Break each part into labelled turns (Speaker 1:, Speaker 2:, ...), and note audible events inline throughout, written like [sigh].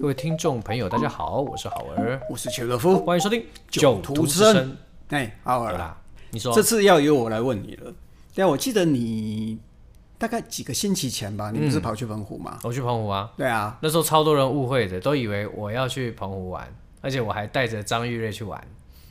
Speaker 1: 各位听众朋友，大家好，我是好儿，
Speaker 2: 我是邱德夫。
Speaker 1: 欢迎收听《
Speaker 2: 九
Speaker 1: 徒
Speaker 2: 徒
Speaker 1: 之
Speaker 2: 之
Speaker 1: 声
Speaker 2: 声》。哎，好
Speaker 1: 好
Speaker 2: 尔啦，
Speaker 1: 啦，你说啊
Speaker 2: 这次要由我来问你了。对啊，我记得你大概几个星期前
Speaker 1: 嗯
Speaker 2: 吧，你不是跑去澎湖吗？
Speaker 1: 我去澎湖啊，
Speaker 2: 对啊，
Speaker 1: 那时候超多人误会的，都以为我要去澎湖玩，而且我还带着张玉瑞去玩。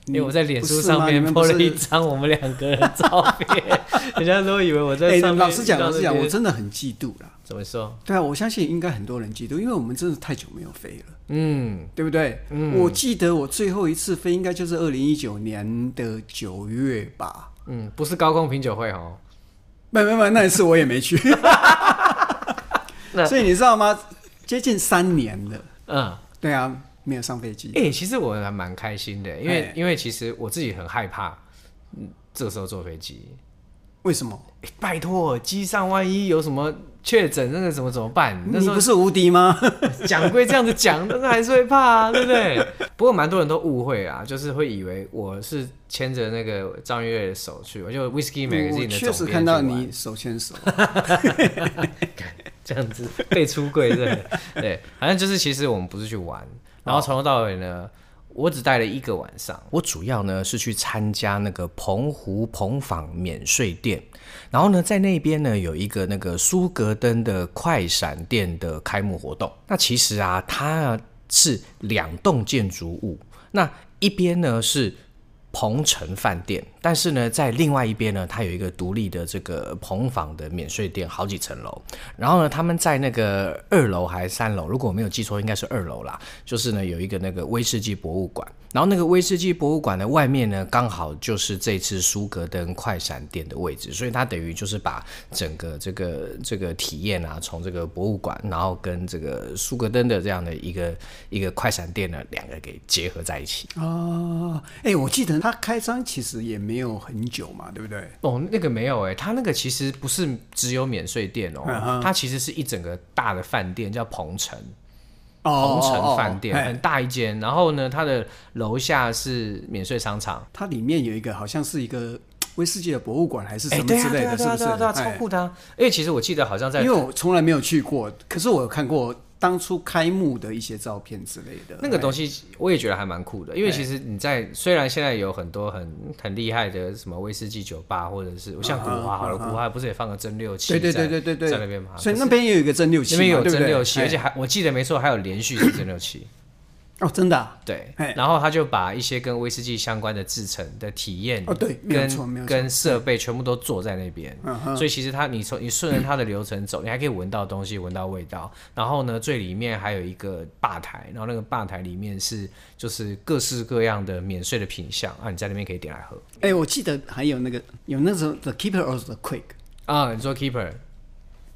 Speaker 1: 因为我在脸书上面
Speaker 2: 你不
Speaker 1: po
Speaker 2: 是
Speaker 1: 了
Speaker 2: 吗你
Speaker 1: 一
Speaker 2: 们不
Speaker 1: 张我们两个人的照片，
Speaker 2: [laughs]
Speaker 1: 人家都以为我在
Speaker 2: 哎，
Speaker 1: 上面。
Speaker 2: 老实讲，老实讲，我真的很嫉妒啦。
Speaker 1: 怎么说？
Speaker 2: 对啊，我相信应该很多人嫉妒，因为我们真的太久没有飞了，
Speaker 1: 嗯，
Speaker 2: 对不对？嗯，我记得我最后一次飞应该就是二零一九年的九月吧。
Speaker 1: 嗯，不是高空品酒会哦。
Speaker 2: 没没没，那一次我也没去，
Speaker 1: [laughs] 那
Speaker 2: 所以你知道吗？接近三年了，
Speaker 1: 嗯，
Speaker 2: 对啊，没有上飞机。
Speaker 1: 哎、其实我还蛮开心的，因为
Speaker 2: 哎
Speaker 1: 因为其实我自己很害怕，嗯，这个时候坐飞机，
Speaker 2: 为什么？
Speaker 1: 欸拜托，机上万一有什么确诊，那个怎么怎么办？嗯那
Speaker 2: 你
Speaker 1: 时候
Speaker 2: 不是无敌吗？
Speaker 1: 讲归这样子讲，但是还是会怕、啊，对不对？不过蛮多人都误会啊，就是会以为我是牵着那个张悦的手去，我就 Whisky
Speaker 2: 我
Speaker 1: Magazine 的
Speaker 2: 确
Speaker 1: 总
Speaker 2: 实
Speaker 1: 编
Speaker 2: 看到
Speaker 1: 去玩
Speaker 2: 你手牵手，
Speaker 1: 这样子被出柜，对对，反正就是其实我们不是去玩，然后从头到尾呢，我只待了一个晚上。哦我主要呢是去参加那个澎湖澎坊免税店，然后呢在那边呢有一个那个苏格登的快闪店的开幕活动。那其实啊，它是两栋建筑物，那一边呢是。鹏城饭店，但是呢，在另外一边呢，它有一个独立的这个鹏坊的免税店，好几层楼。然后呢，他们在那个二楼还是三楼，如果我没有记错，应该是二楼啦。就是呢，有一个那个威士忌博物馆，然后那个威士忌博物馆的外面呢，刚好就是这次苏格登快闪店的位置，所以它等于就是把整个这个这个体验啊，从这个博物馆，然后跟这个苏格登的这样的一个一个快闪店呢，两个给结合在一起。
Speaker 2: 哦，哎、我记得他开张其实也没有很久嘛，对不对？
Speaker 1: 哦，那个没有哎、它那个其实不是只有免税店哦，
Speaker 2: 嗯
Speaker 1: 它其实是一整个大的饭店，叫鹏城。
Speaker 2: 哦
Speaker 1: 鹏
Speaker 2: 哦
Speaker 1: 城
Speaker 2: 哦
Speaker 1: 饭店，
Speaker 2: 嘿
Speaker 1: 很大一间。然后呢，它的楼下是免税商场。
Speaker 2: 它里面有一个好像是一个嘖威士忌的博物馆还是
Speaker 1: 哎
Speaker 2: 什么
Speaker 1: 对
Speaker 2: 之
Speaker 1: 啊，
Speaker 2: 类
Speaker 1: 对啊，
Speaker 2: 的，
Speaker 1: 对
Speaker 2: 是
Speaker 1: 啊，
Speaker 2: 不是？
Speaker 1: 对啊，对啊，超
Speaker 2: 哎
Speaker 1: 酷的啊！因为其实我记得好像在
Speaker 2: 因为我从来没有去过，可是我有看过当初开幕的一些照片之类的。
Speaker 1: 那个东西我也觉得还蛮酷的，因为其实你在虽然现在有很多很很厉害的什么威士忌酒吧，或者是
Speaker 2: 嗯
Speaker 1: 像古华好了，古华不是也放个蒸馏器
Speaker 2: 对对
Speaker 1: 在
Speaker 2: 对对对对，
Speaker 1: 在那边吗？
Speaker 2: 所以那边也有一个蒸馏器
Speaker 1: 那
Speaker 2: 嘛，
Speaker 1: 边有
Speaker 2: 对不
Speaker 1: 蒸
Speaker 2: 对
Speaker 1: 馏器，
Speaker 2: 哎
Speaker 1: 而且还我记得没错，还有连续的蒸馏器。
Speaker 2: 哦，真的、啊、
Speaker 1: 对
Speaker 2: 嘿，
Speaker 1: 然后他就把一些跟威士忌相关的制成的体验，
Speaker 2: 哦对没有错没
Speaker 1: 跟
Speaker 2: 有错嗯
Speaker 1: 跟设备全部都做在那边，所以其实他你从你顺着他的流程走，你还可以闻到东西，闻到味道。然后呢，最里面还有一个吧台，然后那个吧台里面是就是各式各样的免税的品项啊，你在那边可以点来喝
Speaker 2: 哎、我记得还有那个有那时候 The Keeper of the Quake，
Speaker 1: 啊。你说 Keeper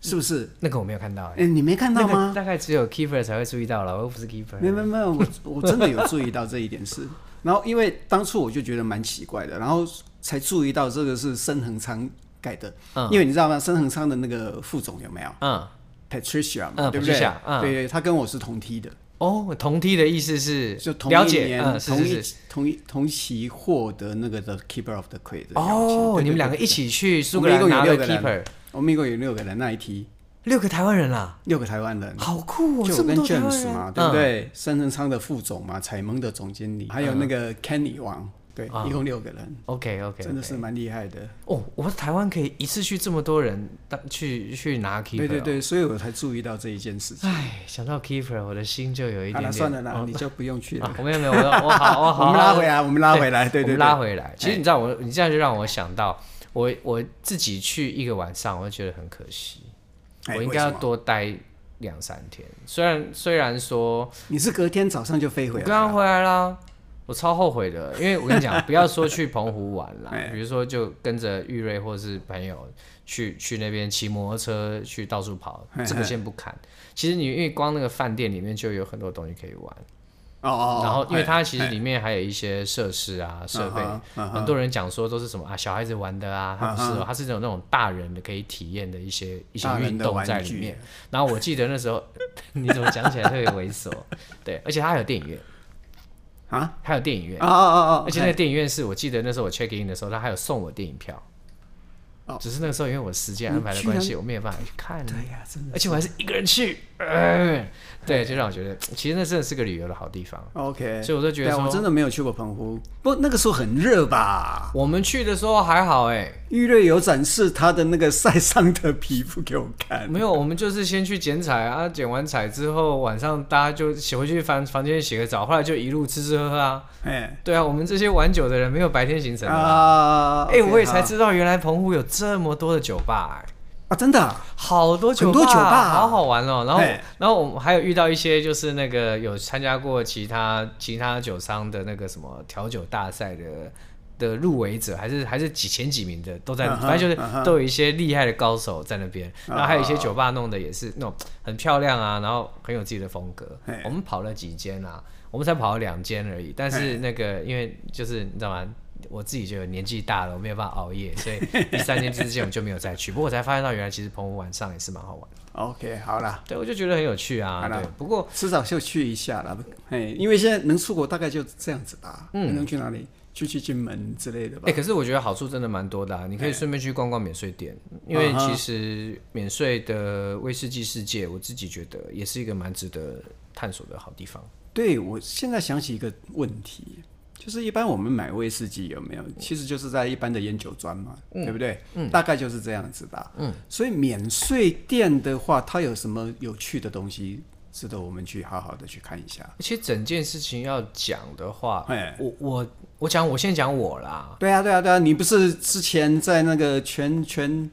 Speaker 2: 是不是？
Speaker 1: 那个我没有看到、
Speaker 2: 哎、
Speaker 1: 欸，
Speaker 2: 你没看到
Speaker 1: 那
Speaker 2: 吗
Speaker 1: 个？大概只有 Keeper 才会注意到了，我又不是 Keeper。
Speaker 2: 没没没有，我我真的有注意到这一点是。然后因为当初我就觉得蛮奇怪的，然后才注意到这个是深恒昌盖的，因为你知道吗？深恒昌的那个副总有没有
Speaker 1: 嗯，
Speaker 2: Patricia 嘛，
Speaker 1: 嗯
Speaker 2: 对不对？
Speaker 1: Patricia，嗯
Speaker 2: 对对，他跟我是同梯的，
Speaker 1: 哦，同梯的意思是
Speaker 2: 就同
Speaker 1: 了
Speaker 2: 一
Speaker 1: 解，
Speaker 2: 年、
Speaker 1: 嗯，是是
Speaker 2: 同一
Speaker 1: 是。
Speaker 2: 同一同期获得那个 The Keeper of the Quay 的邀请
Speaker 1: 哦，
Speaker 2: 对
Speaker 1: 你们两个
Speaker 2: 对
Speaker 1: 一起去苏
Speaker 2: 我
Speaker 1: 格
Speaker 2: 们一
Speaker 1: 兰
Speaker 2: 共有
Speaker 1: 拿
Speaker 2: 六
Speaker 1: 了
Speaker 2: 个人
Speaker 1: keeper，
Speaker 2: 对我们一共有六个人那一梯，
Speaker 1: E 六个台湾人啦，
Speaker 2: 六个台湾人。
Speaker 1: 好酷哦！
Speaker 2: 嗯就
Speaker 1: 这么
Speaker 2: 我跟
Speaker 1: 多台湾
Speaker 2: James
Speaker 1: 人嗯
Speaker 2: 嘛，对不？对？深恒昌的副总嘛，彩萌的总经理，还有那个 Kenny 王，对，一共六个人。
Speaker 1: OK 啊 OK，
Speaker 2: 真的是蛮厉害的。
Speaker 1: 哦，我们台湾可以一次去这么多人当去去拿 keeper，
Speaker 2: 对对
Speaker 1: 哦。
Speaker 2: 对，所以我才注意到这一件事情。
Speaker 1: 哎，想到 keeper，我的心就有一
Speaker 2: 好
Speaker 1: 点
Speaker 2: 了，
Speaker 1: 点。
Speaker 2: 算了啦，
Speaker 1: 哦
Speaker 2: 你就不用去了
Speaker 1: 啊。我没有没有，我我好啊我好，
Speaker 2: [laughs] 我们拉回
Speaker 1: 来，
Speaker 2: 来，我们拉回来，对哎
Speaker 1: 我们
Speaker 2: 对对，
Speaker 1: 拉回来。其实你知道我，你这样就让我想到，我我自己去一个晚上，我就觉得很可惜，
Speaker 2: 哎
Speaker 1: 我应该要
Speaker 2: 为什么
Speaker 1: 多待两三天。虽然虽然说
Speaker 2: 你是隔天早上就飞
Speaker 1: 我
Speaker 2: 回来啊
Speaker 1: 刚刚
Speaker 2: 了，
Speaker 1: 回来啦，我超后悔的，因为我跟你
Speaker 2: [laughs]
Speaker 1: 讲，不要说去澎湖玩啦
Speaker 2: 哎，
Speaker 1: 比如说就跟着玉瑞或是朋友去去那边骑摩托车去到处跑
Speaker 2: 嘿，嘿
Speaker 1: 这个先不看。其实你因为光那个饭店里面就有很多东西可以玩，
Speaker 2: 哦哦，哦
Speaker 1: 然后因为
Speaker 2: 哎
Speaker 1: 它其实里面还有一些设施啊设备。
Speaker 2: 嗯哼嗯嗯哼
Speaker 1: 很多人讲说都是什么啊，小孩子玩的啊，它不是哦，它是那种那种大人的可以体验的一些一些
Speaker 2: 大人
Speaker 1: 运
Speaker 2: 的
Speaker 1: 动
Speaker 2: 玩
Speaker 1: 在里
Speaker 2: 具
Speaker 1: 面。然后我记得那时候， [laughs] 你怎么讲起来特别猥琐？对，而且它还有电影院，
Speaker 2: 啊，
Speaker 1: 还有电影院
Speaker 2: 哦，哦哦哦，
Speaker 1: 而且那个电影院是我记得那时候我 check in 的时候，他还有送我电影票，
Speaker 2: 哎哦
Speaker 1: 只是那个时候因为我时间安排的
Speaker 2: 你居然
Speaker 1: 关系，我没有办法去看。
Speaker 2: 对哎呀、真的。
Speaker 1: 而且我还是一个人去，呃对，就让我觉得其实那真的是个旅游的好地方。
Speaker 2: OK，
Speaker 1: 所以我就觉得
Speaker 2: 对啊
Speaker 1: 说
Speaker 2: 我真的没有去过澎湖，不，那个时候很热吧？
Speaker 1: 我们去的时候还好哎、
Speaker 2: 玉瑞有展示他的那个晒伤的皮肤给我
Speaker 1: [laughs]
Speaker 2: 看，
Speaker 1: 没有，我们就是先去剪彩啊，剪完彩之后晚上大家就洗回去房房间洗个澡，后来就一路吃吃喝喝啊。
Speaker 2: 哎
Speaker 1: 对啊，我们这些玩酒的人没有白天行程的啊。
Speaker 2: 啊，
Speaker 1: 哎、
Speaker 2: OK，
Speaker 1: 我也才
Speaker 2: 好
Speaker 1: 知道原来澎湖有这么多的酒吧、哎，
Speaker 2: 啊，真的啊
Speaker 1: 好多酒吧，
Speaker 2: 很多酒吧
Speaker 1: 好好玩哦。然后
Speaker 2: 嘿，
Speaker 1: 然后我们还有遇到一些就是那个有参加过其他其他酒商的那个什么调酒大赛的的入围者，还是还是几前几名的都在，
Speaker 2: 嗯哼
Speaker 1: 反正就是
Speaker 2: 嗯哼
Speaker 1: 都有一些厉害的高手在那边。然后还
Speaker 2: 啊
Speaker 1: 有一些酒吧弄的也是那种很漂亮啊，然后很有自己的风格
Speaker 2: 嘿。
Speaker 1: 我们跑了几间啊，我们才跑了两间而已。但是那个因为就是你知道吗？我自己就有年纪大了，我没有办法熬
Speaker 2: [laughs]
Speaker 1: 夜，所以第三间之前我就没有再去。不过我才发现到原来其实澎湖晚上也是蛮好
Speaker 2: [laughs]
Speaker 1: 玩的，
Speaker 2: ，OK，好啦，
Speaker 1: 对我就觉得很有趣啊。
Speaker 2: 好啦
Speaker 1: 对，不过
Speaker 2: 迟早就去一下啦。哎，因为现在能出国大概就这样子吧，嗯，能去哪里？去去金门之类的吧
Speaker 1: 哎、。可是我觉得好处真的蛮多的、啊，你可以顺便去逛逛免税店，因为
Speaker 2: 嗯哼
Speaker 1: 其实免税的威士忌世界，我自己觉得也是一个蛮值得探索的好地方。
Speaker 2: 对，我现在想起一个问题，就是一般我们买威士忌有没有，
Speaker 1: 嗯
Speaker 2: 其实就是在一般的烟酒庄嘛，对不对？嗯，大概就是这样子吧。嗯，所以免税店的话，它有什么有趣的东西值得我们去好好的去看一下？
Speaker 1: 其实整件事情要讲的话
Speaker 2: 哎，
Speaker 1: 我我我讲，我先讲我啦。
Speaker 2: 对啊，对啊，对啊，你不是之前在那个全全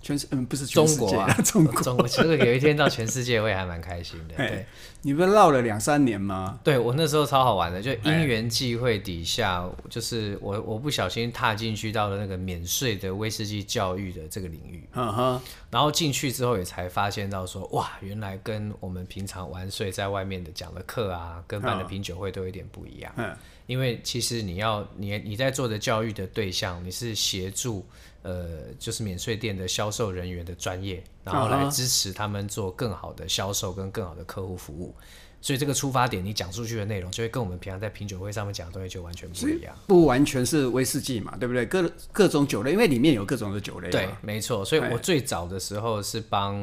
Speaker 2: 全世嗯不是全
Speaker 1: 中
Speaker 2: 世
Speaker 1: 国
Speaker 2: 界，
Speaker 1: 啊
Speaker 2: [laughs] 中哎
Speaker 1: 中国，这个有一天到全世界，我也还蛮开心的。 [laughs] 对，
Speaker 2: 你不是绕了两三年吗？
Speaker 1: 对我那时候超好玩的，
Speaker 2: 哎
Speaker 1: 就因缘际会底下，就是我我不小心踏进去到了那个免税的威士忌教育的这个领域，
Speaker 2: 嗯哼，
Speaker 1: 然后进去之后也才发现到说，哇，原来跟我们平常玩税在外面的讲的课啊，跟办的品酒会都有点不一样。
Speaker 2: 嗯，
Speaker 1: 因为其实你要你你在做的教育的对象，你是协助呃，就是免税店的销售人员的专业，然后来支持他们做更好的销售跟更好的客户服务。所以这个出发点，你讲出去的内容就会跟我们平常在品酒会上面讲的东西就完全不一样。
Speaker 2: 不完全是威士忌嘛，对不对？各各种酒类，因为里面有各种的酒类嘛。啊
Speaker 1: 对，没错。
Speaker 2: 哎
Speaker 1: 所以我最早的时候是帮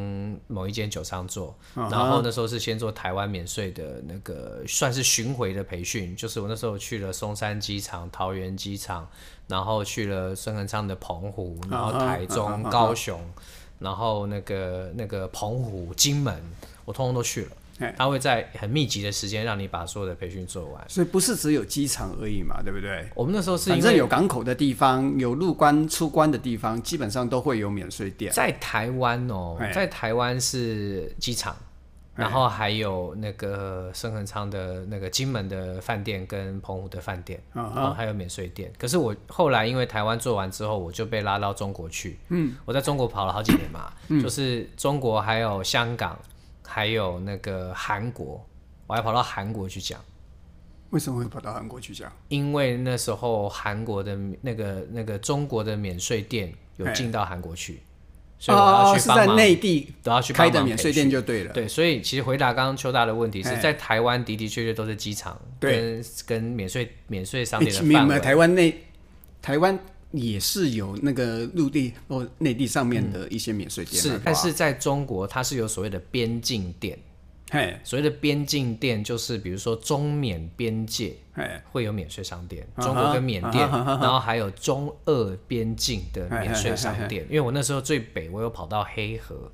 Speaker 1: 某一间酒商做，
Speaker 2: 嗯
Speaker 1: 然后那时候是先做台湾免税的那个算是巡回的培训，就是我那时候去了松山机场、桃园机场，然后去了孙恒昌的澎湖，然后台中、
Speaker 2: 嗯哼
Speaker 1: 高雄，然后那个那个澎湖、金门，我通通都去了
Speaker 2: 嘿。
Speaker 1: 他会在很密集的时间让你把所有的培训做完。
Speaker 2: 所以不是只有机场而已嘛，对不对？
Speaker 1: 我们那时候是
Speaker 2: 哎反
Speaker 1: 因
Speaker 2: 正
Speaker 1: 为
Speaker 2: 有港口的地方，有入关出关的地方，基本上都会有免税店。
Speaker 1: 在台湾哦
Speaker 2: 哎，
Speaker 1: 在台湾是机场，
Speaker 2: 哎
Speaker 1: 然后还有那个深恒昌的那个金门的饭店跟澎湖的饭店，
Speaker 2: 嗯
Speaker 1: 然后还有免税店。可是我后来因为台湾做完之后，我就被拉到中国去。嗯，我在中国跑了好几年嘛，
Speaker 2: 嗯
Speaker 1: 就是中国还有香港，还有那个韩国，我还跑到韩国去讲。
Speaker 2: 为什么会跑到韩国去讲？
Speaker 1: 因为那时候韩国的那个那个中国的免税店有进到韩国去，所以我
Speaker 2: 哦
Speaker 1: 要
Speaker 2: 哦
Speaker 1: 去
Speaker 2: 是
Speaker 1: 帮
Speaker 2: 在
Speaker 1: 忙
Speaker 2: 内地
Speaker 1: 都要去帮
Speaker 2: 开
Speaker 1: 忙
Speaker 2: 的免税店
Speaker 1: 培训
Speaker 2: 就对了。
Speaker 1: 对，所以其实回答刚刚邱大的问题是
Speaker 2: 哎
Speaker 1: 在台湾的的确确都是机场
Speaker 2: 对
Speaker 1: 跟跟免税免税商
Speaker 2: 你
Speaker 1: 店的
Speaker 2: 明
Speaker 1: 范
Speaker 2: 白
Speaker 1: 围。
Speaker 2: 台湾内，台湾也是有那个陆地或内地上面的一些免税店、啊
Speaker 1: 是
Speaker 2: 好，不
Speaker 1: 但
Speaker 2: 好
Speaker 1: 是在中国它是有所谓的边境店，
Speaker 2: 嘿，
Speaker 1: 所谓的边境店就是比如说中缅边界
Speaker 2: 嘿，
Speaker 1: 会有免税商店，
Speaker 2: 啊哈
Speaker 1: 中国跟缅甸，
Speaker 2: 啊哈啊哈啊哈
Speaker 1: 然后还有中俄边境的免税商
Speaker 2: 嘿
Speaker 1: 店。因为我那时候最北，我有跑到黑河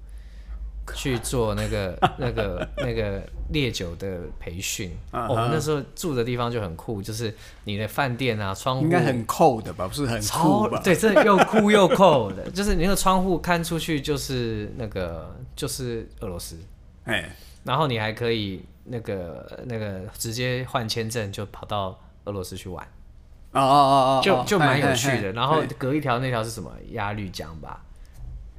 Speaker 1: 去做那个那个那个烈酒的培训。哦
Speaker 2: 啊哈
Speaker 1: 我们那时候住的地方就很酷，就是你的饭店啊，窗户
Speaker 2: 应该很扣的吧？不是很
Speaker 1: 超
Speaker 2: 酷吧？
Speaker 1: 对，真的又酷又扣的， [laughs] 就是你那个窗户看出去就是那个就是俄罗斯。
Speaker 2: 哎，
Speaker 1: 然后你还可以那个那个直接换签证就跑到俄罗斯去玩，
Speaker 2: 哦哦哦哦，
Speaker 1: 就就蛮有
Speaker 2: 嘿
Speaker 1: 趣
Speaker 2: 嘿
Speaker 1: 的。
Speaker 2: 嘿
Speaker 1: 然后
Speaker 2: 嘿
Speaker 1: 隔一条那条是什么鸭绿江吧？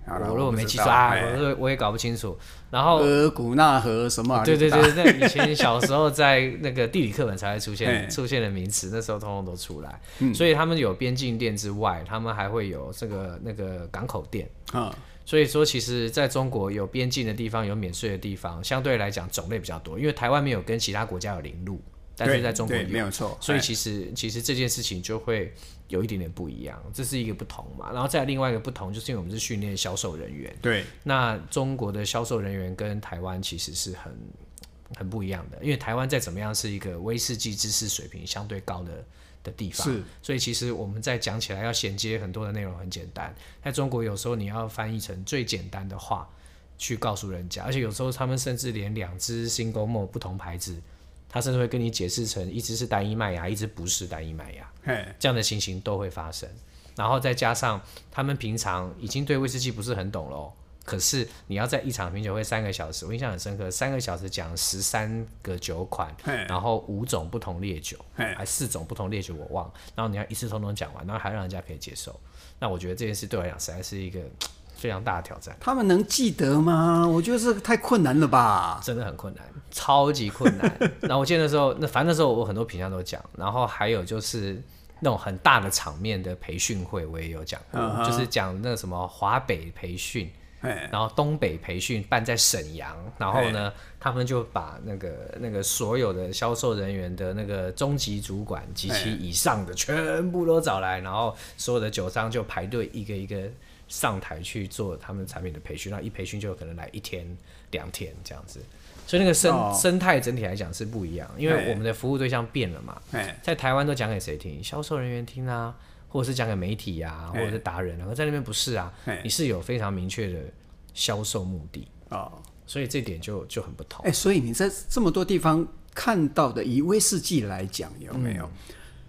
Speaker 2: 好了
Speaker 1: 我如果
Speaker 2: 不
Speaker 1: 没
Speaker 2: 知
Speaker 1: 记
Speaker 2: 道
Speaker 1: 错啊，
Speaker 2: 嘿
Speaker 1: 我我也搞不清楚。然后
Speaker 2: 额古纳河什么啊？
Speaker 1: 对对
Speaker 2: 你不知道，
Speaker 1: 对，那以前小时候在那个地理课本才会出
Speaker 2: 嘿嗯
Speaker 1: 现出现的名词，那时候通通都出来。所以他们有边境店之外，他们还会有这个那个港口店。
Speaker 2: 嗯，
Speaker 1: 所以说，其实在中国有边境的地方，有免税的地方，相对来讲种类比较多，因为台湾没有跟其他国家有邻路，但是在中国
Speaker 2: 对，
Speaker 1: 有
Speaker 2: 对没有错。
Speaker 1: 所以
Speaker 2: 哎
Speaker 1: 其实其实这件事情就会有一点点不一样，这是一个不同嘛。然后再来另外一个不同，就是因为我们是训练销售人员，
Speaker 2: 对
Speaker 1: 那中国的销售人员跟台湾其实是很很不一样的，因为台湾再怎么样是一个威士忌知识水平相对高的的地方，
Speaker 2: 是，
Speaker 1: 所以其实我们在讲起来要衔接很多的内容很简单，在中国有时候你要翻译成最简单的话去告诉人家，而且有时候他们甚至连两支 single m o 不同牌子，他甚至会跟你解释成一支是单一麦芽，一支不是单一麦芽。
Speaker 2: 嘿，
Speaker 1: 这样的情形都会发生。然后再加上他们平常已经对威士忌不是很懂喽，可是你要在一场品酒会三个小时，我印象很深刻，三个小时讲十三个酒款，
Speaker 2: 嘿，
Speaker 1: 然后五种不同烈酒，
Speaker 2: 嘿
Speaker 1: 还四种不同烈酒我忘，然后你要一次通通讲完，然后还让人家可以接受。那我觉得这件事对我来讲实在是一个非常大的挑战。
Speaker 2: 他们能记得吗？我觉得这个太困难了吧。
Speaker 1: 真的很困难，超级困难。 [laughs] 然后我记得那时候，那反正那时候我很多品相都讲，然后还有就是那种很大的场面的培训会，我也有讲过
Speaker 2: 嗯哼
Speaker 1: 就是讲那个什么华北培训，
Speaker 2: 嘿，
Speaker 1: 然后东北培训办在沈阳，然后呢，他们就把那个那个所有的销售人员的那个中级主管及其以上的全部都找来，然后所有的酒商就排队一个一个上台去做他们产品的培训，那一培训就有可能来一天两天这样子，所以那个生、
Speaker 2: 哦
Speaker 1: 生态整体来讲是不一样，因为
Speaker 2: 嘿
Speaker 1: 我们的服务对象变了嘛，
Speaker 2: 嘿，
Speaker 1: 在台湾都讲给谁听？销售人员听啊，或者是讲给媒体啊，或
Speaker 2: 嘿
Speaker 1: 者是达人啊。可在那边不是啊
Speaker 2: 嘿，
Speaker 1: 你是有非常明确的销售目的，
Speaker 2: 哦，
Speaker 1: 所以这点就就很不同。
Speaker 2: 哎，所以你在这么多地方看到的，以威士忌来讲，有没
Speaker 1: 嗯
Speaker 2: 有？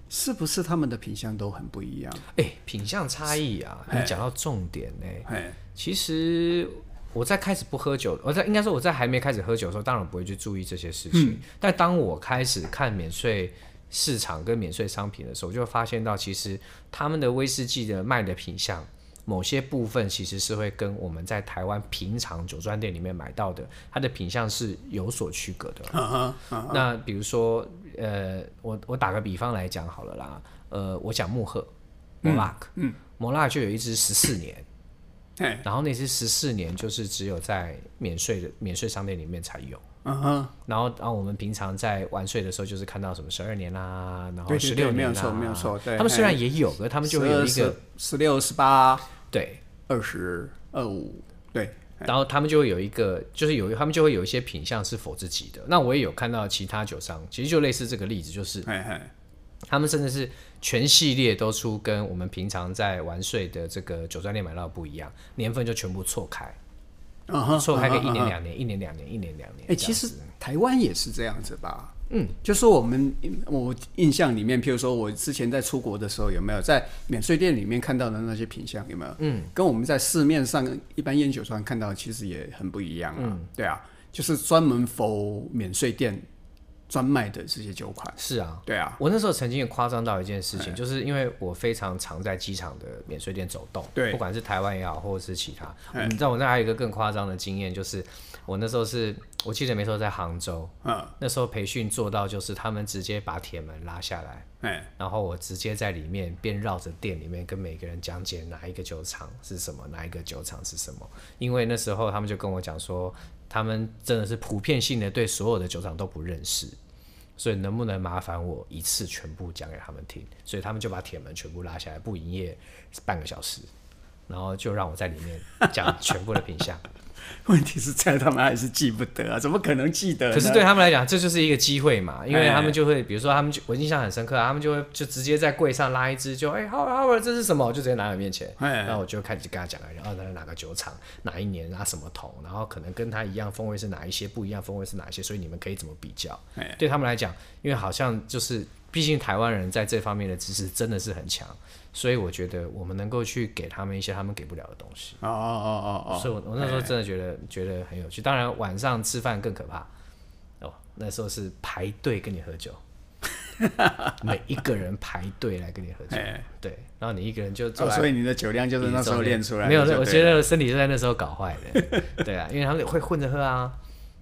Speaker 2: 是不是他们的品相都很不一样？
Speaker 1: 哎、品相差异啊，你讲到重点呢、
Speaker 2: 嘿，
Speaker 1: 其实我在开始不喝酒，我在应该说我在还没开始喝酒的时候，当然不会去注意这些事情。但当我开始看免税市场跟免税商品的时候，我就会发现到，其实他们的威士忌的卖的品相。某些部分其实是会跟我们在台湾平常酒庄店里面买到的，它的品相是有所区隔的。
Speaker 2: 嗯哼，嗯
Speaker 1: 那比如说，呃，我我打个比方来讲好了啦，呃，我讲木鹤，摩拉克，嗯，摩拉克就有一支十四年，
Speaker 2: 嘿，
Speaker 1: 然后那支十四年就是只有在免税的免税商店里面才有。
Speaker 2: 嗯哼，
Speaker 1: 然后，然啊后我们平常在晚税的时候，就是看到什么十二年啦，然后
Speaker 2: 对
Speaker 1: 十
Speaker 2: 对
Speaker 1: 六
Speaker 2: 对
Speaker 1: 年啦
Speaker 2: 没有错没有错对
Speaker 1: 他们虽然也有，可是他
Speaker 2: 他
Speaker 1: 们就会有一个
Speaker 2: 十六、十哎八、
Speaker 1: 对，
Speaker 2: 二十二五，对，
Speaker 1: 然后他们就会有一个，就是有他们就会有一些品相是否自己的。那我也有看到其他酒商，其实就类似这个例子，就是
Speaker 2: 嘿嘿，
Speaker 1: 他们甚至是全系列都出跟我们平常在完税的这个酒庄店买到的不一样，年份就全部错开，
Speaker 2: 嗯哼，
Speaker 1: 错开个一
Speaker 2: 嗯哼
Speaker 1: 年两年，一年两年，一年两年。
Speaker 2: 哎、其实台湾也是这样子吧。嗯，就说我们我印象里面，譬如说我之前在出国的时候，有没有在免税店里面看到的那些品相，有没有？嗯，跟我们在市面上一般烟酒商看到，其实也很不一样啊。
Speaker 1: 嗯
Speaker 2: 对啊，就是专门否免税店专卖的这些酒款。
Speaker 1: 是啊，
Speaker 2: 对啊，哎
Speaker 1: 我那时候曾经也夸张到一件事情，就是因为我非常常在机场的免税店走动，
Speaker 2: 对哎
Speaker 1: 不管是台湾也好，或者是其他。你知道我那还有一个更夸张的经验，就是我那时候是我记得没错，在杭州
Speaker 2: 嗯，
Speaker 1: 那时候培训做到，就是他们直接把铁门拉下来，
Speaker 2: 哎、 [laughs]
Speaker 1: 然后我直接在里面边绕着店里面跟每个人讲解哪一个酒厂是什么，哪一个酒厂是什么。因为那时候他们就跟我讲说，他们真的是普遍性的对所有的酒厂都不认识，所以能不能麻烦我一次全部讲给他们听？所以他们就把铁门全部拉下来，不营业半个小时，然后就让我在里面讲全部的品相。
Speaker 2: 问题是在他们还是记不得啊，怎么可能记得呢？
Speaker 1: 可是对他们来讲，这就是一个机会嘛，因为
Speaker 2: 哎
Speaker 1: 他们就会，比如说他们就，我印象很深刻、啊，他们就会就直接在柜上拉一支就，哎，Howard Howard，这是什么？我就直接拿在面前，
Speaker 2: 哎
Speaker 1: 然后我就开始跟他讲了，然后哪哪个酒厂，哪一年啊，什么桶，然后可能跟他一样风味是哪一些，不一样风味是哪一些，所以你们可以怎么比较
Speaker 2: 哎？
Speaker 1: 对他们来讲，因为好像就是，毕竟台湾人在这方面的知识真的是很强，所以我觉得我们能够去给他们一些他们给不了的东西。
Speaker 2: 哦哦哦哦
Speaker 1: 所以我我那时候真的觉得、觉得很有趣。当然晚上吃饭更可怕哦，那时候是排队跟你喝
Speaker 2: [laughs]
Speaker 1: 酒，每一个人排队来跟你喝
Speaker 2: 哦，
Speaker 1: 酒，
Speaker 2: 哎、
Speaker 1: 对，然后你一个人就
Speaker 2: 哦
Speaker 1: 坐在
Speaker 2: 所以你的酒量就是那时候练出来的
Speaker 1: 没
Speaker 2: 就
Speaker 1: 有
Speaker 2: 对了，，
Speaker 1: 我觉得身体是在那时候搞坏
Speaker 2: [laughs]
Speaker 1: 的，对啊，因为他们会混着喝啊，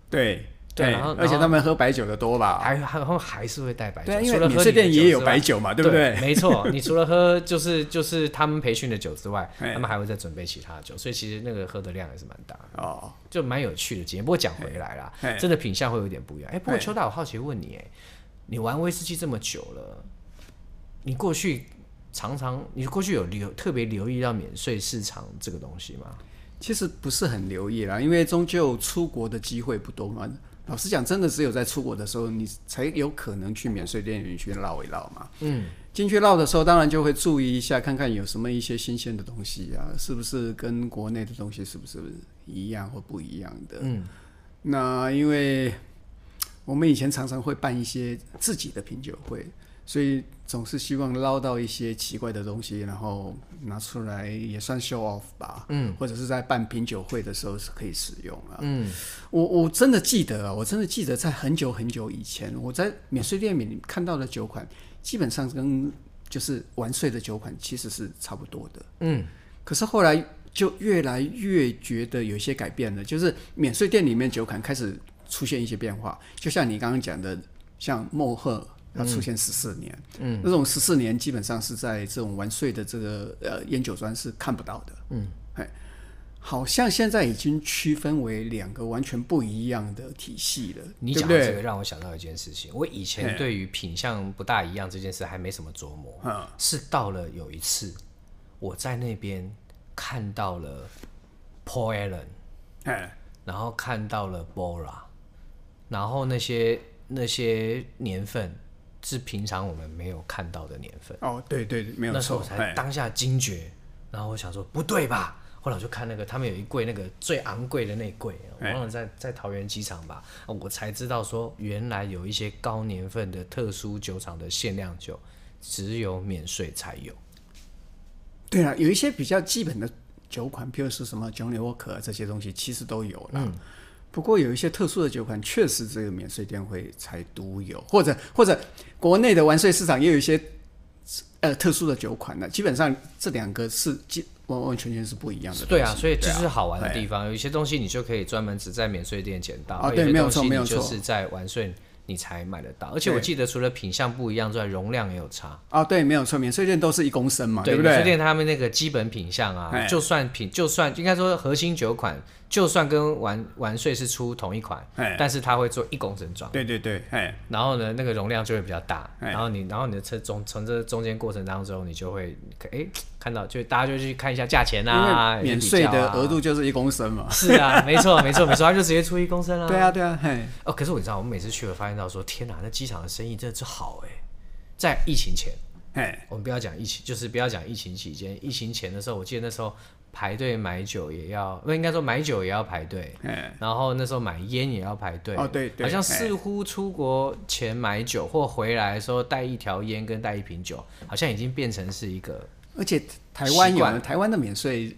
Speaker 2: 对
Speaker 1: 对
Speaker 2: 哎
Speaker 1: 然后
Speaker 2: 而且
Speaker 1: 然后
Speaker 2: 他们喝白酒的多吧？
Speaker 1: 还还后还是会带白酒，
Speaker 2: 对啊因为
Speaker 1: 除了喝
Speaker 2: 免税店
Speaker 1: 你的酒
Speaker 2: 也有
Speaker 1: 之外
Speaker 2: 白酒嘛啊对
Speaker 1: 对
Speaker 2: 不对
Speaker 1: 没错，你除了喝就是就是他们培训的酒之外，
Speaker 2: [laughs] 哎
Speaker 1: 他们还会再准备其他的酒，所以其实那个喝的量也是蛮大的。
Speaker 2: 哦，
Speaker 1: 就蛮有趣的经验。不过讲回来啦
Speaker 2: 嘿，
Speaker 1: 真的品相会有点不一样。哎、不过
Speaker 2: 嘿
Speaker 1: 邱大，我好奇问你，哎，你玩威士忌这么久了，你过去常常，你过去有留特别留意到免税市场这个东西吗？
Speaker 2: 其实不是很留意啦，因为终究出国的机会不多嘛。老实讲，真的只有在出国的时候，你才有可能去免税店里去绕一绕嘛。嗯，进去绕的时候，当然就会注意一下，看看有什么一些新鲜的东西啊，是不是跟国内的东西是不是一样或不一样的。嗯，那因为我们以前常常会办一些自己的品酒会，所以总是希望捞到一些奇怪的东西，然后拿出来也算 show off 吧。嗯，或者是在办品酒会的时候是可以使用啊。
Speaker 1: 嗯，
Speaker 2: 我我真的记得啊，我真的记得在很久很久以前，我在免税店里看到的酒款，基本上跟就是完税的酒款其实是差不多的。
Speaker 1: 嗯，
Speaker 2: 可是后来就越来越觉得有一些改变了，就是免税店里面酒款开始出现一些变化，就像你刚刚讲的，像莫赫。它出现十四年，嗯，那种十四年基本上是在这种完税的这个呃烟酒专是看不到的，
Speaker 1: 嗯，
Speaker 2: 哎，好像现在已经区分为两个完全不一样的体系了，
Speaker 1: 你
Speaker 2: 对不
Speaker 1: 讲的
Speaker 2: 对
Speaker 1: 这个让我想到一件事情，我以前
Speaker 2: 嘿
Speaker 1: 对于品相不大一样这件事还没什么琢磨，
Speaker 2: 嗯
Speaker 1: 是到了有一次我在那边看到了 Paul Allen，
Speaker 2: 哎，
Speaker 1: 然后看到了 Bora，然后那些那些年份是平常我们没有看到的年份，
Speaker 2: 哦，对对，对没有
Speaker 1: 那时候
Speaker 2: 错
Speaker 1: 我，才
Speaker 2: 哎，
Speaker 1: 当下惊觉，然后我想说不对吧，后来我就看那个他们有一柜那个最昂贵的那一柜，我
Speaker 2: 哎
Speaker 1: 忘了在在桃园机场吧，我才知道说原来有一些高年份的特殊酒厂的限量酒只有免税才有，
Speaker 2: 对了，有一些比较基本的酒款，譬如是什么 Johnny Walker 啊这些东西，其实都有
Speaker 1: 嗯
Speaker 2: 啦。不过有一些特殊的酒款，确实只有免税店会才独有，或者或者国内的完税市场也有一些呃特殊的酒款呢。基本上这两个是基完完全全是不一样的东西。
Speaker 1: 对啊，所以这
Speaker 2: 对啊
Speaker 1: 是好玩的
Speaker 2: 对
Speaker 1: 地方。有一些东西你就可以专门只在免税店捡到，
Speaker 2: 啊
Speaker 1: 有
Speaker 2: 对
Speaker 1: 些
Speaker 2: 没有
Speaker 1: 东西
Speaker 2: 错没有
Speaker 1: 你就
Speaker 2: 错
Speaker 1: 是在完税你才买得到。而且我
Speaker 2: 对
Speaker 1: 记得除了品相不一样之外，容量也有差。
Speaker 2: 哦，对，没有错，免税店都是一公升嘛，不
Speaker 1: 免税
Speaker 2: 对？
Speaker 1: 店他们那个基本品相啊，
Speaker 2: 哎
Speaker 1: 就算品就算应该说核心酒款，就算跟完完税是出同一款，
Speaker 2: 哎，
Speaker 1: 但是它会做一公升装。
Speaker 2: 对对对，哎，
Speaker 1: 然后呢，那个容量就会比较大，
Speaker 2: 哎
Speaker 1: 然后你，然后你的车从从这中间过程当中，你就会哎看到，就大家就去看一下价钱啊，
Speaker 2: 因为
Speaker 1: 有
Speaker 2: 免
Speaker 1: 些比
Speaker 2: 税
Speaker 1: 较
Speaker 2: 的
Speaker 1: 啊
Speaker 2: 额度就是一公升嘛。
Speaker 1: 是啊，没错，没错，没错，他就直接出一公升啦、
Speaker 2: 对啊，对啊，嘿，
Speaker 1: 哦，可是我知道，我每次去了发现到说，天哪，那机场的生意真的是好哎，在疫情前，
Speaker 2: 嘿，
Speaker 1: 我们不要讲疫情，就是不要讲疫情期间，疫情前的时候，我记得那时候排队买酒也要，不应该说买酒也要排队，
Speaker 2: 嘿，
Speaker 1: 然后那时候买烟也要排队。
Speaker 2: 哎哦对对
Speaker 1: 好像似乎出国前买酒或回来的时候带一条烟跟带一瓶酒，好像已经变成是一个
Speaker 2: 而且台湾
Speaker 1: 习
Speaker 2: 有
Speaker 1: 惯
Speaker 2: 呢台湾的免税，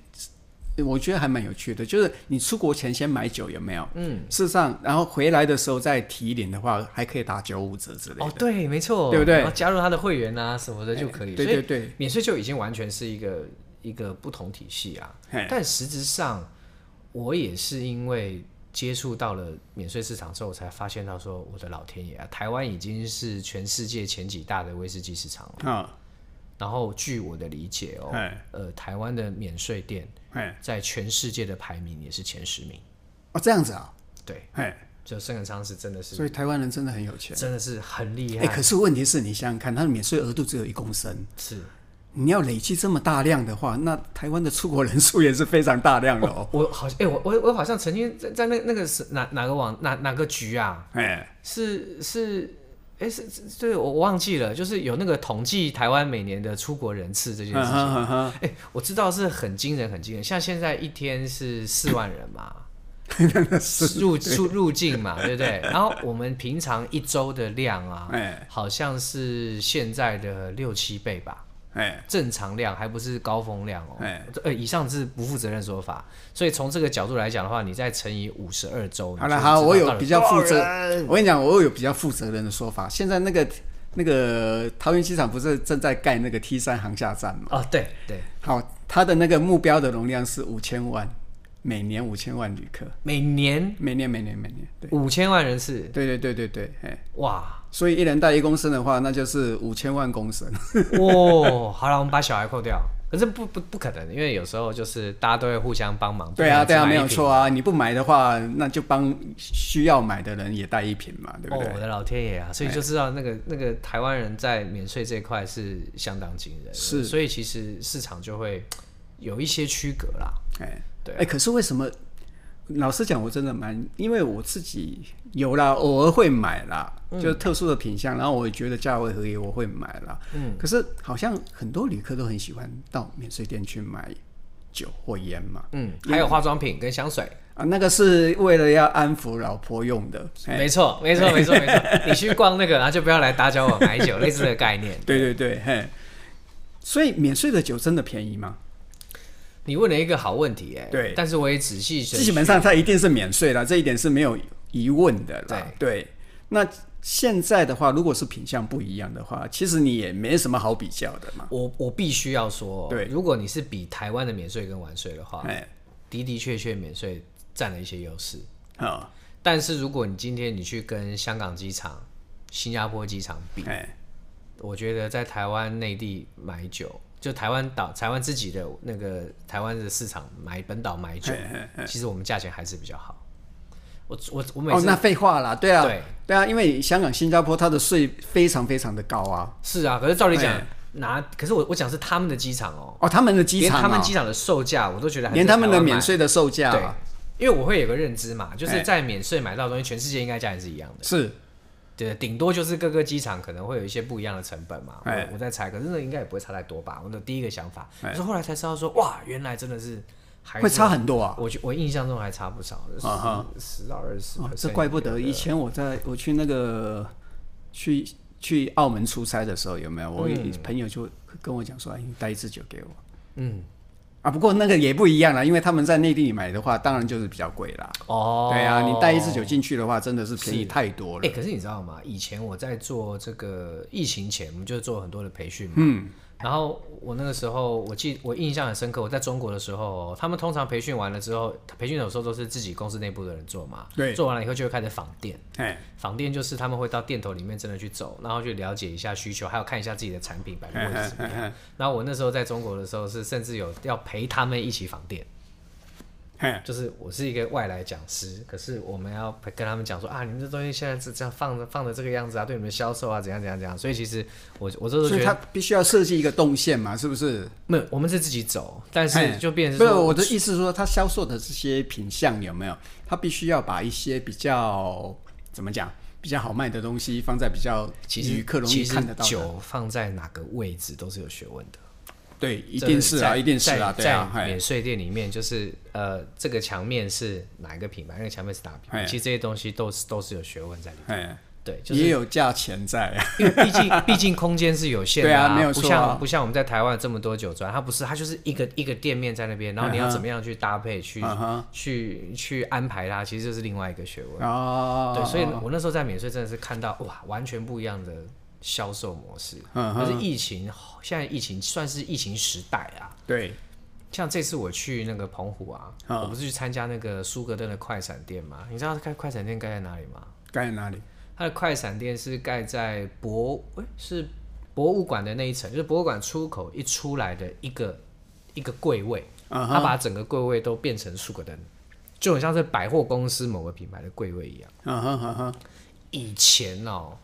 Speaker 2: 我觉得还蛮有趣的，就是你出国前先买酒有没有？嗯，事实上，然后回来的时候再提领的话，还可以打九五折之类的。
Speaker 1: 哦，对，没错，
Speaker 2: 对不对哎
Speaker 1: 然后加入他的会员啊什么的就可以。
Speaker 2: 对
Speaker 1: 所以
Speaker 2: 对对，
Speaker 1: 免税就已经完全是一个一个不同体系啊。
Speaker 2: 嘿，
Speaker 1: 但实质上，我也是因为接触到了免税市场之后，我才发现到说，我的老天爷啊，台湾已经是全世界前几大的威士忌市场了。
Speaker 2: 啊，
Speaker 1: 然后据我的理解哦，
Speaker 2: 哎
Speaker 1: 呃，台湾的免税店
Speaker 2: 嘿，
Speaker 1: 在全世界的排名也是前十名。
Speaker 2: 哦，这样子啊，
Speaker 1: 对，
Speaker 2: 嘿，
Speaker 1: 就生恒昌是真的是
Speaker 2: 所以台湾人真的很有钱。
Speaker 1: 真的是很厉
Speaker 2: 哎，
Speaker 1: 害，
Speaker 2: 可是问题是你想想看，它的免税额度只有一公升，
Speaker 1: 是。
Speaker 2: 你要累积这么大量的话，那台湾的出国人数也是非常大量的哦。
Speaker 1: 我好像哎、我我我好像曾经在在那那个是哪哪个网哪哪个局啊，
Speaker 2: 哎，
Speaker 1: 是是，哎、是是，对我我忘记了，就是有那个统计台湾每年的出国人次这件事
Speaker 2: 哈
Speaker 1: 情。
Speaker 2: 哈哈，
Speaker 1: 哎、我知道是很惊人，很惊人。像现在一天是四万人嘛，入出入境嘛，对不对？然后我们平常一周的量啊，
Speaker 2: 哎
Speaker 1: 好像是现在的六七倍吧。
Speaker 2: 哎，
Speaker 1: 正常量，还不是高峰量哦。
Speaker 2: 哎
Speaker 1: 呃，以上是不负责任说法，所以从这个角度来讲的话，你再乘以五十二周，你
Speaker 2: 好
Speaker 1: 就
Speaker 2: 了
Speaker 1: 知
Speaker 2: 好，
Speaker 1: 道
Speaker 2: 我
Speaker 1: 到
Speaker 2: 有
Speaker 1: 底
Speaker 2: 比较
Speaker 1: 多少
Speaker 2: 负责
Speaker 1: 人，
Speaker 2: 我跟你讲，我有比较负责任的说法。现在那个那个呃桃园机场不是正在盖那个 T 三航厦站吗？
Speaker 1: 哦，对对，
Speaker 2: 好，它的那个目标的容量是五千万，每年五千万旅客，
Speaker 1: 每年
Speaker 2: 每年每年每年，对
Speaker 1: 五千万人次，
Speaker 2: 对对对对对，哎，
Speaker 1: 哇 [laughs]
Speaker 2: 所以
Speaker 1: 哦
Speaker 2: 一人带一公升的话，那就是五千万公升。
Speaker 1: 哇、哦！好了，我们把小孩扣掉，可是不不不可能，因为有时候就是大家都会互相帮忙。
Speaker 2: 对啊，
Speaker 1: 不可
Speaker 2: 对
Speaker 1: 能只
Speaker 2: 啊，
Speaker 1: 买
Speaker 2: 没
Speaker 1: 一
Speaker 2: 有
Speaker 1: 瓶
Speaker 2: 错啊。你不买的话，那就帮需要买的人也带一瓶嘛，对不哎对
Speaker 1: 哦，？我的老天爷啊！所以就知道那个、那个台湾人在免税这一块是相当惊人，
Speaker 2: 是
Speaker 1: 所以其实市场就会有一些区隔啦。
Speaker 2: 哎，
Speaker 1: 对啊
Speaker 2: 哎，可是为什么？老实讲，我真的蛮，因为我自己有啦，偶尔会买啦，
Speaker 1: 嗯
Speaker 2: 就是特殊的品相，然后我也觉得价位合理，我会买啦。嗯，可是好像很多旅客都很喜欢到免税店去买酒或烟嘛。
Speaker 1: 嗯，还有化妆品跟香水，
Speaker 2: 啊，那个是为了要安抚老婆用的。哎，
Speaker 1: 没错，没
Speaker 2: [laughs]
Speaker 1: 错，没错，没错。你去逛那个，然后就不要来打搅我买酒，类似的概念。
Speaker 2: [laughs] 对对对，嘿。所以免税的酒真的便宜吗？
Speaker 1: 你问了一个好问题、哎，
Speaker 2: 对
Speaker 1: 但是我也仔细
Speaker 2: 基本上它一定是免税啦，这一点是没有疑问的啦。对，那现在的话，如果是品相不一样的话，其实你也没什么好比较的嘛。
Speaker 1: 我我必须要说，
Speaker 2: 对
Speaker 1: 如果你是比台湾的免税跟完税的话，
Speaker 2: 哎，
Speaker 1: 的的确确免税占了一些优势。
Speaker 2: 啊，
Speaker 1: 但是如果你今天你去跟香港机场、新加坡机场比，
Speaker 2: 哎，
Speaker 1: 我觉得在台湾内地买酒，就台湾岛、台湾自己的那个台湾的市场买本岛买
Speaker 2: 哎
Speaker 1: 酒，其实我们价钱还是比较好。我我我每
Speaker 2: 嗯哦，
Speaker 1: 次、
Speaker 2: 那废话啦，对啊，
Speaker 1: 对
Speaker 2: 对啊，因为香港、新加坡它的税非常非常的高啊。
Speaker 1: 是啊，可是照理讲
Speaker 2: 哎
Speaker 1: 拿，可是我我讲是他们的机场哦，
Speaker 2: 哦，他们的机
Speaker 1: 连
Speaker 2: 场、啊，
Speaker 1: 他们机场的售价我都觉得还是
Speaker 2: 连他们的
Speaker 1: 台湾买
Speaker 2: 免税的售价、
Speaker 1: 对
Speaker 2: 啊，，
Speaker 1: 因为我会有个认知嘛，就是
Speaker 2: 哎
Speaker 1: 在免税买到的东西，全世界应该价钱是一样的。
Speaker 2: 是
Speaker 1: 对，顶多就是各个机场可能会有一些不一样的成本嘛。
Speaker 2: 哎
Speaker 1: 我我在猜，可是那应该也不会差太多吧？我的第一个想法，可是后来才知道说，哇，原来真的是还是
Speaker 2: 会差。很多啊。
Speaker 1: 我觉我印象中还差不少，
Speaker 2: 啊哈
Speaker 1: 十十到二十
Speaker 2: 哦，，这怪不得以前我在我去那个去去澳门出差的时候，有没有？我一朋友就跟我讲说：“哎，你带一支酒给我。”
Speaker 1: 嗯，
Speaker 2: 啊，不过那个也不一样啦，因为他们在内地买的话，当然就是比较贵啦。
Speaker 1: 哦，
Speaker 2: 对啊，你带一支酒进去的话，真的是便宜太多
Speaker 1: 哎、
Speaker 2: 了。
Speaker 1: 可是你知道吗？以前我在做这个疫情前，我们就做很多的培训嘛。嗯。然后我那个时候，我记我印象很深刻。我在中国的时候哦，他们通常培训完了之后，培训有时候都是自己公司内部的人做嘛。
Speaker 2: 对
Speaker 1: 做完了以后就会开始访店，
Speaker 2: 哎，
Speaker 1: 访店就是他们会到店头里面真的去走，然后去了解一下需求，还有看一下自己的产品摆的位置怎
Speaker 2: 嗯
Speaker 1: 么样。然后我那时候在中国的时候是甚至有要陪他们一起访店。
Speaker 2: 嘿
Speaker 1: 就是我是一个外来讲师，可是我们要跟他们讲说啊，你们这东西现在是这样放着放的这个样子啊，对你们的销售啊怎样怎样怎样，所以其实我我这时候
Speaker 2: 所以
Speaker 1: 觉
Speaker 2: 他
Speaker 1: 得
Speaker 2: 必须要设计一个动线嘛，是不是？
Speaker 1: 没有，我们是自己走，但
Speaker 2: 嘿
Speaker 1: 是就变成
Speaker 2: 不是
Speaker 1: 说
Speaker 2: 哎我的意思是说，他销售的这些品相有没有？他必须要把一些比较怎么讲比较好卖的东西放在比较
Speaker 1: 其实
Speaker 2: 旅客容易
Speaker 1: 其实
Speaker 2: 看得到的
Speaker 1: 酒放在哪个位置都是有学问的，
Speaker 2: 对，一定是啊，
Speaker 1: 在
Speaker 2: 一定是啊，
Speaker 1: 在
Speaker 2: 对啊，
Speaker 1: 在
Speaker 2: 嘿
Speaker 1: 免税店里面就是呃，这个墙面是哪一个品牌，那个墙面是哪个品牌，
Speaker 2: 嘿
Speaker 1: 其实这些东西都是都是有学问在里面。
Speaker 2: 嘿，
Speaker 1: 对，就是
Speaker 2: 也有价
Speaker 1: [laughs]
Speaker 2: 钱在，
Speaker 1: 因为毕竟毕竟空间是有限的、
Speaker 2: 对啊没有
Speaker 1: 不
Speaker 2: 错啊
Speaker 1: 像不像我们在台湾有这么多酒庄，它不是，它就是一个一个店面在那边，然后你要怎么样去搭配、去、
Speaker 2: 嗯哼
Speaker 1: 去去安排它，其实这是另外一个学问。
Speaker 2: 啊，
Speaker 1: 对，所以我那时候在免税真的是看到哇，完全不一样的销售模式。
Speaker 2: 嗯
Speaker 1: 可是疫情现在疫情算是疫情时代啊，
Speaker 2: 对，
Speaker 1: 像这次我去那个澎湖啊，
Speaker 2: 嗯
Speaker 1: 我不是去参加那个苏格登的快闪店嘛？你知道它快闪店盖在哪里吗？
Speaker 2: 盖在哪里？
Speaker 1: 它的快闪店是盖在博，诶是博物馆的那一层，就是博物馆出口一出来的一个一个柜位，
Speaker 2: 嗯
Speaker 1: 它把整个柜位都变成苏格登，就很像是百货公司某个品牌的柜位一样。
Speaker 2: 嗯哼嗯哼，
Speaker 1: 以前哦，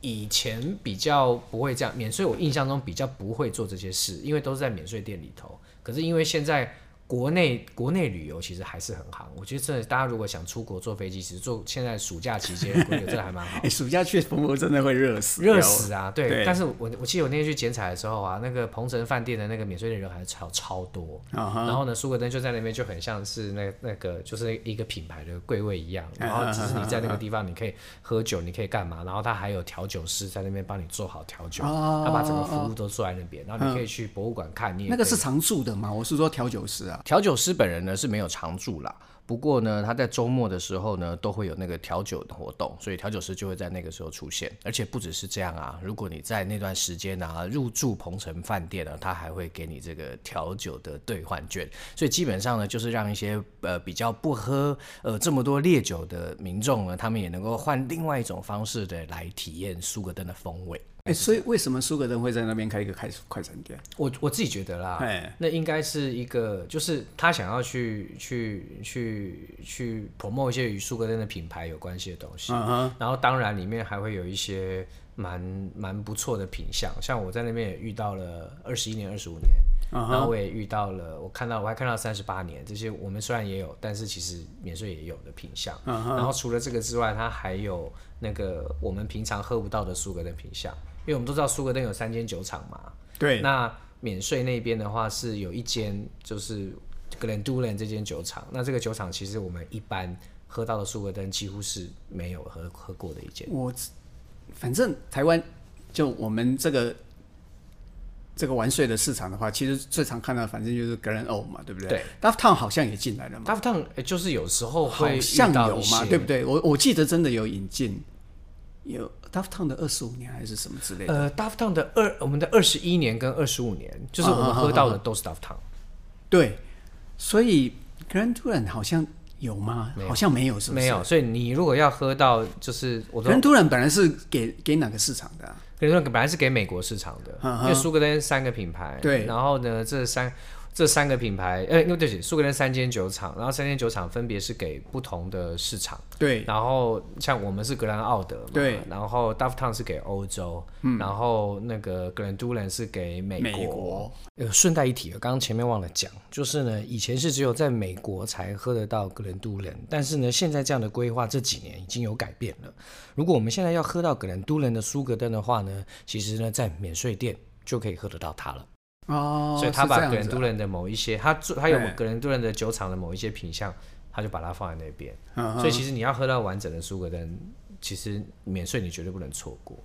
Speaker 1: 以前比较不会这样，免税我印象中比较不会做这些事，因为都是在免税店里头。可是因为现在国内国内旅游其实还是很行，我觉得真的大家如果想出国坐飞机，其实坐现在暑假期间规格真的还蛮好。
Speaker 2: 哎，暑假去澎湖真的会热死，
Speaker 1: 热，死啊！对，
Speaker 2: 对
Speaker 1: 但是我我记得我那天去剪彩的时候啊，那个鹏城饭店的那个免税店人还超超多，
Speaker 2: 啊哈，
Speaker 1: 然后呢，苏格登就在那边就很像是那那个就是一个品牌的柜位一样，
Speaker 2: 嗯
Speaker 1: 然后只是你在那个地方你可以喝酒，你可以干嘛，然后他还有调酒师在那边帮你做好调酒，
Speaker 2: 哦嗯
Speaker 1: 他把整个服务都做在那边，然后你可以去博物馆看，你也
Speaker 2: 那个
Speaker 1: 可以
Speaker 2: 是常住的嘛，我是说调酒师啊，
Speaker 1: 调酒师本人呢是没有常驻啦，不过呢，他在周末的时候呢，都会有那个调酒的活动，所以调酒师就会在那个时候出现。而且不只是这样啊，如果你在那段时间啊入住鹏城饭店呢，他还会给你这个调酒的兑换券，所以基本上呢，就是让一些呃比较不喝呃这么多烈酒的民众呢，他们也能够换另外一种方式的来体验苏格登的风味。
Speaker 2: 哎、所以为什么苏格登会在那边开一个快快餐店？
Speaker 1: 我我自己觉得啦
Speaker 2: 哎，
Speaker 1: 那应该是一个，就是他想要去去去去 promote 一些与苏格登的品牌有关系的东西，
Speaker 2: 嗯哼，
Speaker 1: 然后当然里面还会有一些蛮蛮不错的品相，像我在那边也遇到了二十一年、二十五年，
Speaker 2: 嗯
Speaker 1: 然后我也遇到了，我看到我还看到三十八年这些，我们虽然也有，但是其实免税也有的品相。
Speaker 2: 嗯
Speaker 1: 然后除了这个之外，它还有那个我们平常喝不到的苏格登品相，因为我们都知道苏格登有三间酒厂嘛。
Speaker 2: 对，
Speaker 1: 那免税那边的话是有一间就是 Glendulan 这间酒厂，那这个酒厂其实我们一般喝到的苏格登几乎是没有喝喝过的一间。
Speaker 2: 我知反正台湾就我们这个这个完税的市场的话，其实最常看到的反正就是 Grand O 嘛，对不对？
Speaker 1: 对
Speaker 2: d a f t o w n 好像也进来了嘛，
Speaker 1: 大 n 呃就是有时候会
Speaker 2: 好
Speaker 1: 遇
Speaker 2: 像
Speaker 1: 到
Speaker 2: 有
Speaker 1: 一
Speaker 2: 嘛，
Speaker 1: 些
Speaker 2: 对不对？我我记得真的有引进，有 d a f t o w n 的二十五年还是什么之类的。
Speaker 1: 呃，Daft Punk 的二，我们的二十一年跟二十五年，就是
Speaker 2: 嗯
Speaker 1: 我们喝到的都是 Daft Punk，
Speaker 2: 对，所以 Grand Turan 好像有吗？好像没有，是不是？
Speaker 1: 没有。所以你如果要喝到，就是我说
Speaker 2: Grand Turan 本来是给给哪个市场的啊、
Speaker 1: 可能本来是给美国市场的，
Speaker 2: 嗯哼
Speaker 1: 因为苏格登三个品牌，
Speaker 2: 对
Speaker 1: 然后呢，这三这三个品牌，呃，因为对不起，苏格登三间酒厂，然后三间酒厂分别是给不同的市场。
Speaker 2: 对，
Speaker 1: 然后像我们是格兰奥德嘛，
Speaker 2: 对，嗯
Speaker 1: 然后 Daft Punk 是给欧洲，然后那个格兰都兰是给
Speaker 2: 美国
Speaker 1: 呃，顺带一提，刚刚前面忘了讲，就是呢，以前是只有在美国才喝得到格兰都兰，但是呢，现在这样的规划这几年已经有改变了。如果我们现在要喝到格兰都兰的苏格登的话呢，其实呢，在免税店就可以喝得到它了。
Speaker 2: 哦，
Speaker 1: 所以他
Speaker 2: 是这
Speaker 1: 把
Speaker 2: 样
Speaker 1: 格兰
Speaker 2: 子
Speaker 1: 都
Speaker 2: 啊
Speaker 1: 兰的某一些，他做他有
Speaker 2: 哎
Speaker 1: 格兰都兰的酒厂的某一些品相，他就把它放在那边。
Speaker 2: 嗯
Speaker 1: 所以其实你要喝到完整的苏格登，其实免税你绝对不能错过。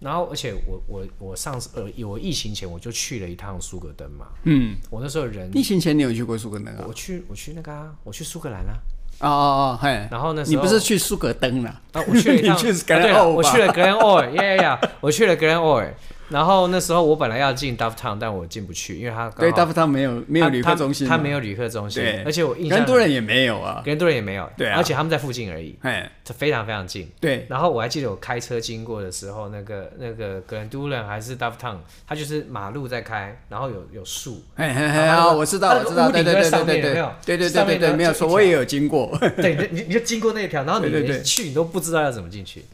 Speaker 1: 然后，而且我我我上次呃，我疫情前我就去了一趟苏格登嘛，
Speaker 2: 嗯，
Speaker 1: 我那时候人，
Speaker 2: 疫情前你有去过苏格登啊？
Speaker 1: 我去我去那个啊，我去苏格
Speaker 2: [laughs]
Speaker 1: 兰啊，
Speaker 2: 哦哦哦，嘿，
Speaker 1: 然后那时
Speaker 2: 你
Speaker 1: 候
Speaker 2: 不是去苏格登啦？
Speaker 1: 啊，我去了一趟，
Speaker 2: [laughs] 你去
Speaker 1: 啊对
Speaker 2: Grand
Speaker 1: 了
Speaker 2: Ole
Speaker 1: 我
Speaker 2: 吧
Speaker 1: 去了 Grand Ole，耶呀，我去了 Grand Ole。然后那时候我本来要进 Dove Town，但我进不去，因为他
Speaker 2: 对 d a f t o w n 没有没有旅客中心嘛，
Speaker 1: 他没有旅客中心
Speaker 2: 对，，
Speaker 1: 而且我印象
Speaker 2: 人多人也没有啊，
Speaker 1: 人多人也没有，
Speaker 2: 对啊
Speaker 1: 而且他们在附近而已，
Speaker 2: 哎，
Speaker 1: 这非常非常近。
Speaker 2: 对，
Speaker 1: 然后我还记得我开车经过的时候，那个那个格兰都兰还是 d o v e Town，它就是马路在开，然后有有
Speaker 2: [laughs]
Speaker 1: 树，
Speaker 2: 哎哎哎，啊我知道
Speaker 1: 它
Speaker 2: 我
Speaker 1: 的
Speaker 2: 知道，
Speaker 1: 屋
Speaker 2: 对
Speaker 1: 顶在
Speaker 2: 对对对
Speaker 1: 上
Speaker 2: 对
Speaker 1: 面
Speaker 2: 对
Speaker 1: 有没有
Speaker 2: 对对
Speaker 1: 上
Speaker 2: 对
Speaker 1: 面
Speaker 2: 对，
Speaker 1: 有
Speaker 2: 没有
Speaker 1: 就
Speaker 2: 错，
Speaker 1: 一
Speaker 2: 我也
Speaker 1: 条
Speaker 2: 有经过， [laughs]
Speaker 1: 对，你你你就经过那条，然后你
Speaker 2: 对对对
Speaker 1: 连去你都不知道要怎么进去。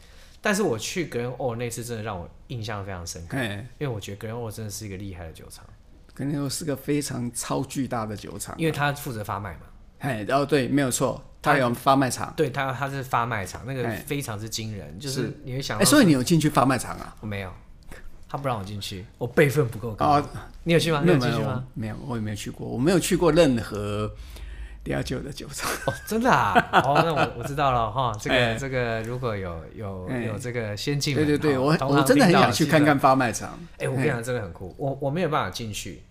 Speaker 1: 但是我去格兰沃那次真的让我印象非常深刻，
Speaker 2: 哎，
Speaker 1: 因为我觉得格兰沃真的是一个厉害的酒厂，
Speaker 2: 可能是个非常超巨大的酒厂，
Speaker 1: 因为它负责发卖嘛，
Speaker 2: 哎，哦对，没有错，它有发卖场，
Speaker 1: 对它它是发卖场，那个
Speaker 2: 哎
Speaker 1: 非常之惊人，就是你会想
Speaker 2: 哎，
Speaker 1: 到
Speaker 2: 所以你有进去发卖场啊？
Speaker 1: 我没有，他不让我进去，我辈分不够高。
Speaker 2: 哦，
Speaker 1: 你有去吗？你
Speaker 2: 没有没
Speaker 1: 进
Speaker 2: 有
Speaker 1: 去吗？
Speaker 2: 没有，我也没有去过，我没有去过任何第二酒的酒厂。
Speaker 1: 哦，真的啊！哦，那我我知道了哈。这个、
Speaker 2: 哎
Speaker 1: 这个，如果有有、
Speaker 2: 哎
Speaker 1: 有这个先进
Speaker 2: 对
Speaker 1: 门，哦
Speaker 2: 对对，
Speaker 1: 哈
Speaker 2: 我我真的很想去看。看发卖场。
Speaker 1: 同行领导记得哎、我跟你讲，真的很酷。我我没有办法进去，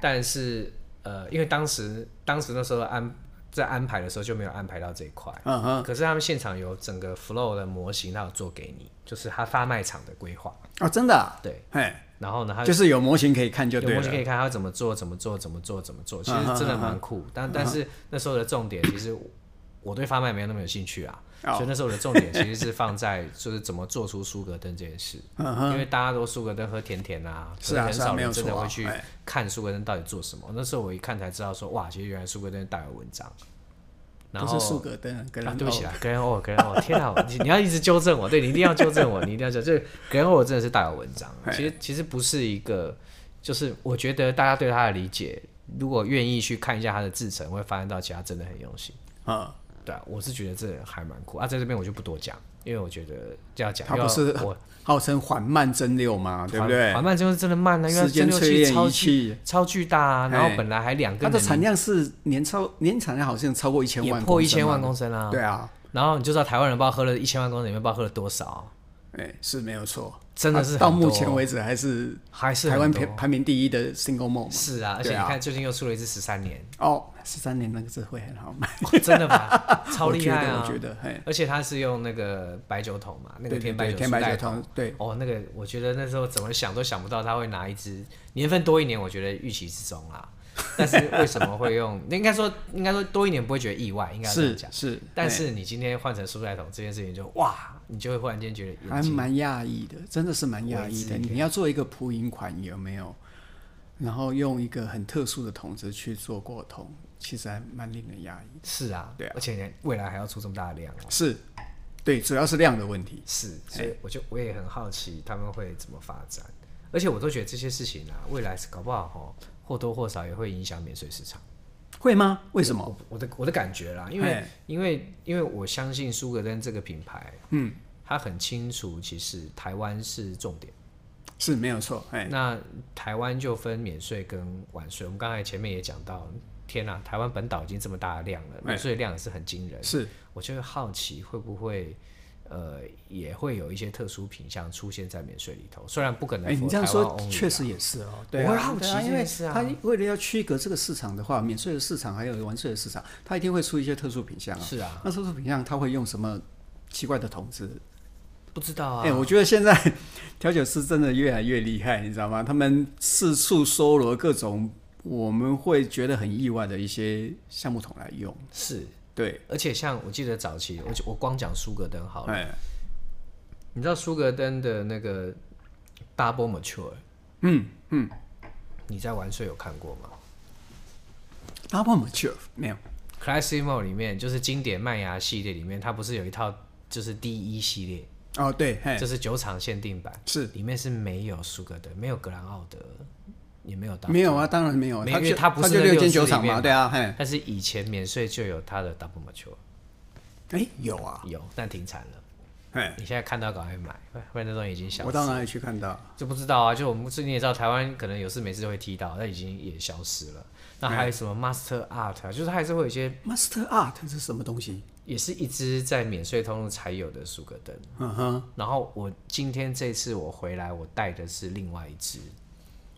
Speaker 1: 但是呃，因为当时当时那时候安在安排的时候就没有安排到这一块。
Speaker 2: 嗯哼，
Speaker 1: 可是他们现场有整个 flow 的模型，他有做给你，就是他发卖场的规划。
Speaker 2: 哦，真的啊，
Speaker 1: 对，
Speaker 2: 嘿，
Speaker 1: 然后呢，他
Speaker 2: 就是有模型可以看就
Speaker 1: 有
Speaker 2: 对
Speaker 1: 模型可
Speaker 2: 了。
Speaker 1: 以看他怎么做，怎么做，怎么做，怎么做，其
Speaker 2: 嗯
Speaker 1: 实
Speaker 2: 哼
Speaker 1: 真的蛮酷。
Speaker 2: 啊
Speaker 1: 但但是那时候的重点，其实我我对发卖没有那么有兴趣啊，
Speaker 2: 哦
Speaker 1: 所以那时候的重点其实是放在就是怎么做出苏格登这件事，
Speaker 2: 嗯
Speaker 1: 因为大家都苏格登喝甜甜啊，
Speaker 2: 是啊
Speaker 1: 可很
Speaker 2: 是啊
Speaker 1: 少
Speaker 2: 没有
Speaker 1: 人真的
Speaker 2: 错啊
Speaker 1: 会去
Speaker 2: 哎
Speaker 1: 看苏格登到底做什么。那时候我一看才知道说，哇，其实原来苏格登大有文章。然
Speaker 2: 不
Speaker 1: 后
Speaker 2: 是苏格登，格
Speaker 1: 啊
Speaker 2: 兰，
Speaker 1: 对不起
Speaker 2: 哦，
Speaker 1: 啊，格兰沃，格兰沃，天啊，你你要一直纠正我，对你一定要纠正我，你一定要纠正。就是格兰沃真的是大有文章，啊其实其实不是一个，就是我觉得大家对他的理解，如果愿意去看一下他的制成，会发现到其实他真的很用心。
Speaker 2: 啊，
Speaker 1: 对啊，我是觉得这还蛮酷啊，在这边我就不多讲，因为我觉得这样讲，
Speaker 2: 他不是
Speaker 1: 要我
Speaker 2: 嗯号称缓慢蒸馏嘛， [laughs] 对不对
Speaker 1: 缓？慢就是真的慢啊呢，因为
Speaker 2: 时
Speaker 1: 蒸馏
Speaker 2: 间淬
Speaker 1: 器
Speaker 2: 炼
Speaker 1: 超
Speaker 2: 仪
Speaker 1: 巨
Speaker 2: 器，
Speaker 1: 超巨大啊，然后
Speaker 2: 哎
Speaker 1: 本来还两
Speaker 2: 它
Speaker 1: 根
Speaker 2: 的
Speaker 1: 的
Speaker 2: 产量是年超年产量好像超过一千
Speaker 1: 也
Speaker 2: 万，
Speaker 1: 破一千万。公升啊，
Speaker 2: 对啊，
Speaker 1: 然后你就知道台湾人不知道喝了一千万公升里面不知道喝了多少啊。
Speaker 2: 哎，是没有错，
Speaker 1: 真的是
Speaker 2: 啊到
Speaker 1: 很多
Speaker 2: 目前为止还是
Speaker 1: 还是
Speaker 2: 台湾
Speaker 1: 很多
Speaker 2: 排排名第一的 single malt 嘛。
Speaker 1: 是啊，而且
Speaker 2: 对
Speaker 1: 你
Speaker 2: 啊
Speaker 1: 看最近又出了一支十三年， [laughs]
Speaker 2: 哦，十三年那个字会很好卖，
Speaker 1: 哦真的吧？超
Speaker 2: 我
Speaker 1: 厉
Speaker 2: 觉得
Speaker 1: 害啊！
Speaker 2: 我觉得，嘿，
Speaker 1: 而且它是用那个白酒桶嘛，那个
Speaker 2: 对对
Speaker 1: 甜白
Speaker 2: 对，
Speaker 1: 酒
Speaker 2: 天
Speaker 1: 苏
Speaker 2: 白
Speaker 1: 袋
Speaker 2: 酒。桶，对，
Speaker 1: 哦，那个我觉得那时候怎么想都想不到他会拿一支年份多一年，我觉得预期之中啦。啊 [laughs] 但是为什么会用？应该说应该说多一年不会觉得意外，应该这样
Speaker 2: 是
Speaker 1: 讲。
Speaker 2: 是，
Speaker 1: 但
Speaker 2: 嘿
Speaker 1: 是你今天换成蔬菜桶这件事情就，哇，你就会忽然间觉得
Speaker 2: 还
Speaker 1: 眼睛
Speaker 2: 蛮讶异的，真的是蛮讶异的。你要做一个普饮款有没有？然后用一个很特殊的桶子去做过桶，其实还蛮令人讶异。
Speaker 1: 是啊，
Speaker 2: 对啊
Speaker 1: 而且未来还要出这么大的量哦。
Speaker 2: 是，对，主要是量的问题。
Speaker 1: 是，所以我就我也很好奇他们会怎么发展，而且我都觉得这些事情啊，未来是搞不好哦，或多或少也会影响免税市场。
Speaker 2: 会吗？为什么？
Speaker 1: 我我的我的感觉啦，因为
Speaker 2: 哦嘿
Speaker 1: 因为因为我相信苏格登这个品牌，
Speaker 2: 嗯，
Speaker 1: 他很清楚，其实台湾是重点。
Speaker 2: 是没有错。哎，
Speaker 1: 那台湾就分免税跟晚税，我们刚才前面也讲到，天呐，台湾本岛已经这么大的量了，
Speaker 2: 哎
Speaker 1: 免税量也是很惊人。
Speaker 2: 是
Speaker 1: 我就会好奇会不会。呃，也会有一些特殊品项出现在免税里头，虽然不可能。
Speaker 2: 哎，你这样说确实也是哦。对啊，
Speaker 1: 啊我会好奇
Speaker 2: 对啊
Speaker 1: 这
Speaker 2: 因
Speaker 1: 件
Speaker 2: 为
Speaker 1: 事啊
Speaker 2: 它为了要区隔这个市场的话，免税的市场还有完税的市场，它一定会出一些特殊品项啊。
Speaker 1: 是啊，
Speaker 2: 那特殊品项它会用什么奇怪的桶子
Speaker 1: 不知道啊。
Speaker 2: 哎、我觉得现在 [laughs] 调酒师真的越来越厉害，你知道吗？他们四处搜罗各种我们会觉得很意外的一些橡木桶来用。
Speaker 1: 是，
Speaker 2: 对，
Speaker 1: 而且像我记得早期，我就我光讲苏格登好了，
Speaker 2: 哎，
Speaker 1: 你知道苏格登的那个 Double Mature，
Speaker 2: 嗯
Speaker 1: 你在玩税有看过吗
Speaker 2: ，Double m a t u r 没有，
Speaker 1: ？Classimo 里面就是经典麦芽系列里面，它不是有一套就是第一系列，
Speaker 2: 哦，对，嘿，
Speaker 1: 这是酒厂限定版，
Speaker 2: 是
Speaker 1: 里面是没有苏格登，没有格兰奥德，也没有达，
Speaker 2: 没有啊，当然没有啊，
Speaker 1: 没有
Speaker 2: 他
Speaker 1: 因为
Speaker 2: 就
Speaker 1: 它不是
Speaker 2: 就
Speaker 1: 那
Speaker 2: 六间
Speaker 1: 六
Speaker 2: 酒
Speaker 1: 支
Speaker 2: 厂
Speaker 1: 里面
Speaker 2: 嘛，
Speaker 1: 嘛
Speaker 2: 对啊，嘿，
Speaker 1: 但是以前免税就有它的 Double Mature，
Speaker 2: 哎，有啊，
Speaker 1: 有，但停产了。
Speaker 2: 嘿，
Speaker 1: 你现在看到赶快买，不然那东西已经消
Speaker 2: 我
Speaker 1: 失
Speaker 2: 到。哪里去看到？
Speaker 1: 就不知道啊，就我们最近也知道，台湾可能有事没事都会踢到，但已经也消失了。那还有什么 Master Art 啊，就是它还是会有一些，
Speaker 2: Master Art 是什么东西？
Speaker 1: 也是一支在免税通路才有的苏格登。
Speaker 2: 嗯哼，
Speaker 1: 然后我今天这次我回来，我带的是另外一支，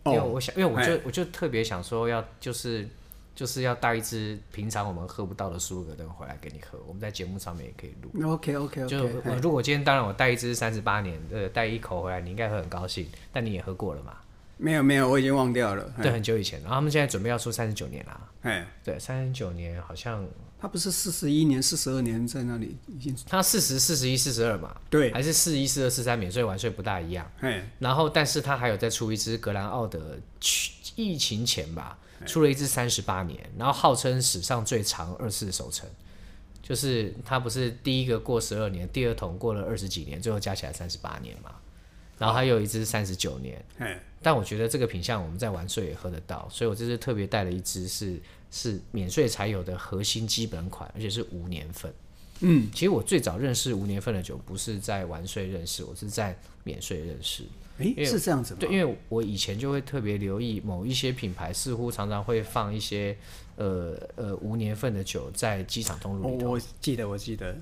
Speaker 1: 因为
Speaker 2: 哦，
Speaker 1: 我想，因为我
Speaker 2: 哎
Speaker 1: 就我就特别想说要就是就是要带一支平常我们喝不到的苏格登回来给你喝，我们在节目上面也可以录。
Speaker 2: OK OK 哎
Speaker 1: 就
Speaker 2: OK，
Speaker 1: 我如果今天当然我带一支三十八年，呃，带一口回来，你应该会很高兴，但你也喝过了嘛？
Speaker 2: 没有没有，我已经忘掉了。嘿
Speaker 1: 对，很久以前，然后他们现在准备要出三十九年啦。
Speaker 2: 嘿，
Speaker 1: 对，三十九年好像
Speaker 2: 他不是四十一年、四十二年在那里已经
Speaker 1: 它四十、四十一、四十二嘛，
Speaker 2: 对
Speaker 1: 还是四一、四二、四三免税完税不大一样。
Speaker 2: 嘿。
Speaker 1: 然后，但是它还有再出一支格兰奥德，去疫情前吧，出了一支三十八年，然后号称史上最长二次守成，就是它不是第一个过十二年，第二桶过了二十几年，最后加起来三十八年嘛。然后还有一支三十九年，
Speaker 2: 嘿，
Speaker 1: 但我觉得这个品相我们在完税也喝得到，所以我这次特别带了一支是是免税才有的核心基本款，而且是无年份。嗯，其实我最早认识无年份的酒，不是在完税认识，我是在免税认识。
Speaker 2: 诶，哎是这样子吗？
Speaker 1: 对，因为我以前就会特别留意某一些品牌，似乎常常会放一些呃呃无年份的酒在机场通路
Speaker 2: 我
Speaker 1: 里头，
Speaker 2: 我记得我记得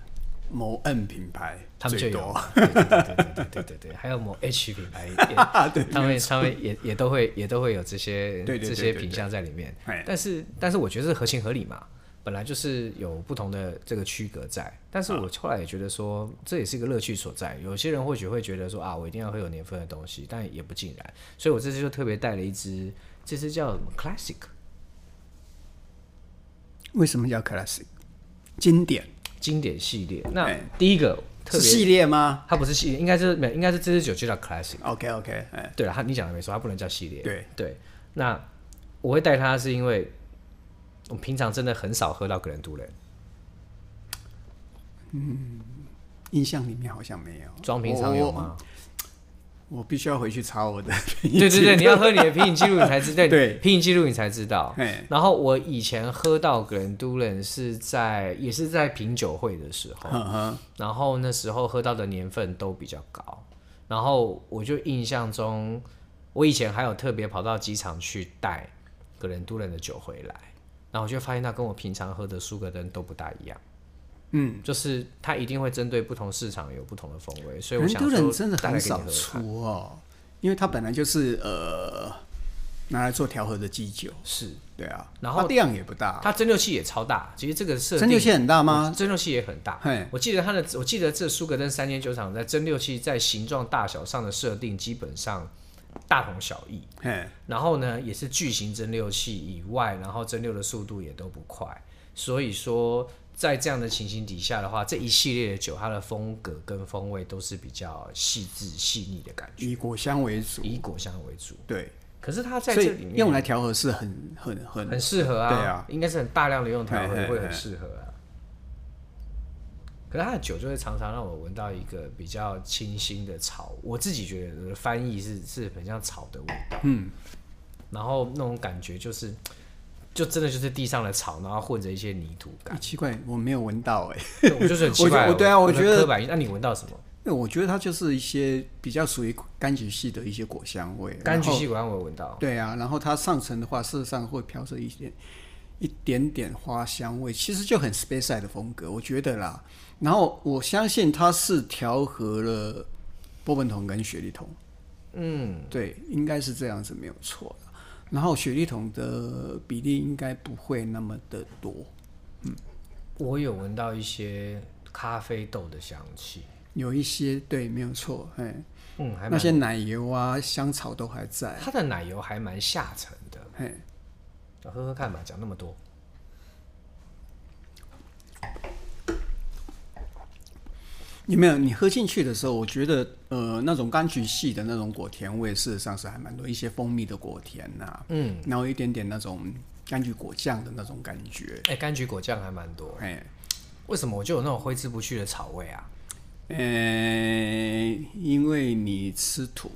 Speaker 2: 某 N 品牌
Speaker 1: 他们就
Speaker 2: 最
Speaker 1: 有
Speaker 2: 多，，
Speaker 1: 对对对对对对对对，还有某 H 品牌也
Speaker 2: 啊，对，
Speaker 1: 他们他们也也都会也都会有这些
Speaker 2: 对对对
Speaker 1: 这些
Speaker 2: 对
Speaker 1: 品
Speaker 2: 对
Speaker 1: 相在里面
Speaker 2: 哎，
Speaker 1: 但是但是我觉得是合情合理嘛，本来就是有不同的这个区隔在，但是我后来也觉得说这也是一个乐趣所在，有些人或许会觉得说啊我一定要会有年份的东西，但也不尽然，所以我这次就特别带了一支，这支叫什么 Classic
Speaker 2: 为什么叫 classic 经典？
Speaker 1: 经典系列，那
Speaker 2: 哎
Speaker 1: 第一个特
Speaker 2: 是
Speaker 1: 别
Speaker 2: 系列吗
Speaker 1: 它不是系列，应该是没应该是这支酒就叫 Classic。
Speaker 2: ？OK OK，哎，
Speaker 1: 对了，他你讲的没错，它不能叫系列。
Speaker 2: 对
Speaker 1: 对，那我会带它是因为我平常真的很少喝到格兰杜雷，
Speaker 2: 印象里面好像没有。
Speaker 1: 装瓶常有
Speaker 2: 哦
Speaker 1: 吗？
Speaker 2: 我？我必须要回去查我的笔记。
Speaker 1: 对对
Speaker 2: [laughs]
Speaker 1: 对，你要喝你的品饮记录，你才知道。
Speaker 2: 对
Speaker 1: 品饮记录你才知道
Speaker 2: 嘿。
Speaker 1: 然后我以前喝到格兰杜雷是在也是在品酒会的时候，
Speaker 2: 嗯哼，
Speaker 1: 然后那时候喝到的年份都比较高，然后我就印象中，我以前还有特别跑到机场去带格伦都人的酒回来，然后我就发现它跟我平常喝的苏格登都不大一样，
Speaker 2: 嗯，
Speaker 1: 就是它一定会针对不同市场有不同的风味，所以我
Speaker 2: 人
Speaker 1: 想
Speaker 2: 都人
Speaker 1: 说
Speaker 2: 真的
Speaker 1: 带来
Speaker 2: 很
Speaker 1: 给你
Speaker 2: 少
Speaker 1: 喝喝看，
Speaker 2: 出哦，因为它本来就是呃拿来做调和的基酒，
Speaker 1: 是
Speaker 2: 对啊，
Speaker 1: 然后
Speaker 2: 它量也不大，
Speaker 1: 它蒸馏器也超大，其实这个设
Speaker 2: 蒸馏
Speaker 1: 定
Speaker 2: 器很大
Speaker 1: 我
Speaker 2: 吗？
Speaker 1: 蒸馏器也很大
Speaker 2: 嘿。
Speaker 1: 我记得它的，我记得这苏格登三间酒厂在蒸馏器在形状大小上的设定，基本上大同小异。
Speaker 2: 嘿，
Speaker 1: 然后呢，也是巨型蒸馏器以外，然后蒸馏的速度也都不快，所以说在这样的情形底下的话，这一系列的酒它的风格跟风味都是比较细致细腻的感觉，
Speaker 2: 以果香为主，
Speaker 1: 以果香为主。
Speaker 2: 对，
Speaker 1: 可是它在
Speaker 2: 所
Speaker 1: 这
Speaker 2: 以
Speaker 1: 里面
Speaker 2: 用来调和是很很很
Speaker 1: 很适合啊，
Speaker 2: 对啊，
Speaker 1: 应该是很大量的用调和
Speaker 2: 嘿嘿
Speaker 1: 会很
Speaker 2: 嘿
Speaker 1: 适合啊。可是它的酒就会常常让我闻到一个比较清新的草，我自己觉得翻译是是很像草的味道，嗯，然后那种感觉就是，就真的就是地上的草，然后混着一些泥土感
Speaker 2: [laughs] 啊，奇怪，我没有闻到哎、欸，
Speaker 1: 对我就是很奇怪，
Speaker 2: 我我对啊我
Speaker 1: 的
Speaker 2: 觉得
Speaker 1: 刻板印象，那你闻到什么？
Speaker 2: 因为我觉得它就是一些比较属于柑橘系的一些果香味。
Speaker 1: 柑橘
Speaker 2: 然后
Speaker 1: 系果然我有闻到，
Speaker 2: 对啊，然后它上层的话，事实上会飘着一点一点点花香味，其实就很 space side 的风格，我觉得啦。然后我相信它是调和了波本桶跟雪莉桶，嗯，对，应该是这样子没有错的。然后雪莉桶的比例应该不会那么的多，
Speaker 1: 我有闻到一些咖啡豆的香气，
Speaker 2: 有一些对，没有错，哎，
Speaker 1: 嗯，还
Speaker 2: 那
Speaker 1: 蛮，
Speaker 2: 些奶油啊、香草都还在，
Speaker 1: 它的奶油还蛮下层的。
Speaker 2: 嘿，
Speaker 1: 啊喝喝看吧，讲那么多。
Speaker 2: 有没有？你喝进去的时候，我觉得呃，那种柑橘系的那种果甜味，事实上是还蛮多，一些蜂蜜的果甜呐、嗯，然后一点点那种柑橘果酱的那种感觉，
Speaker 1: 哎、柑橘果酱还蛮多，
Speaker 2: 哎、
Speaker 1: 为什么我就有那种挥之不去的草味啊？
Speaker 2: 呃、因为你吃
Speaker 1: [laughs]
Speaker 2: 土，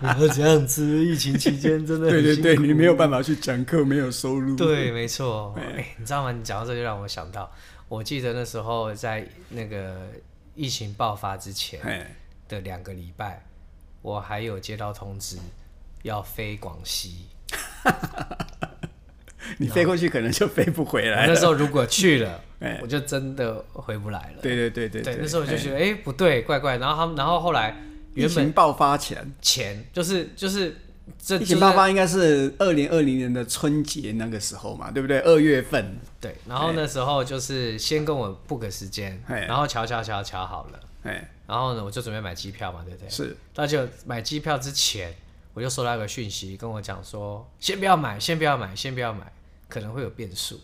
Speaker 1: 你要这样子，疫情期间真
Speaker 2: 对对对，你没有办法去讲课，没有收
Speaker 1: [laughs]
Speaker 2: 入，，
Speaker 1: 对，没错。哎、你知道吗？你讲到这就让我想到，我记得那时候在那个疫情爆发之前
Speaker 2: 哎，
Speaker 1: 的两个礼拜，我还有接到通知要飞广西。
Speaker 2: 你飞过去可能就飞不回
Speaker 1: 我
Speaker 2: 来
Speaker 1: 那
Speaker 2: 了，
Speaker 1: 时候如果去了
Speaker 2: 哎，
Speaker 1: 我就真的回不来了。
Speaker 2: 对对对对对，
Speaker 1: 那时候我就
Speaker 2: 哎
Speaker 1: 觉得，哎、不对，怪怪。然后他们，然后后来
Speaker 2: 疫
Speaker 1: 原本
Speaker 2: 情爆发前，
Speaker 1: 前，就是就是这
Speaker 2: 疫情爆发应该是二零二零年的春节那个时候嘛，对不对？二月份，
Speaker 1: 就是对，然后
Speaker 2: 哎
Speaker 1: 那时候就是先跟我 book 个时间，
Speaker 2: 嘿
Speaker 1: 然后瞧瞧瞧瞧好了，
Speaker 2: 哎，
Speaker 1: 然后呢我就准备买机票嘛，对不对？
Speaker 2: 是。
Speaker 1: 那就买机票之前，我就收到一个讯息跟我讲说，先不要买，先不要买，先不要买，可能会有变数。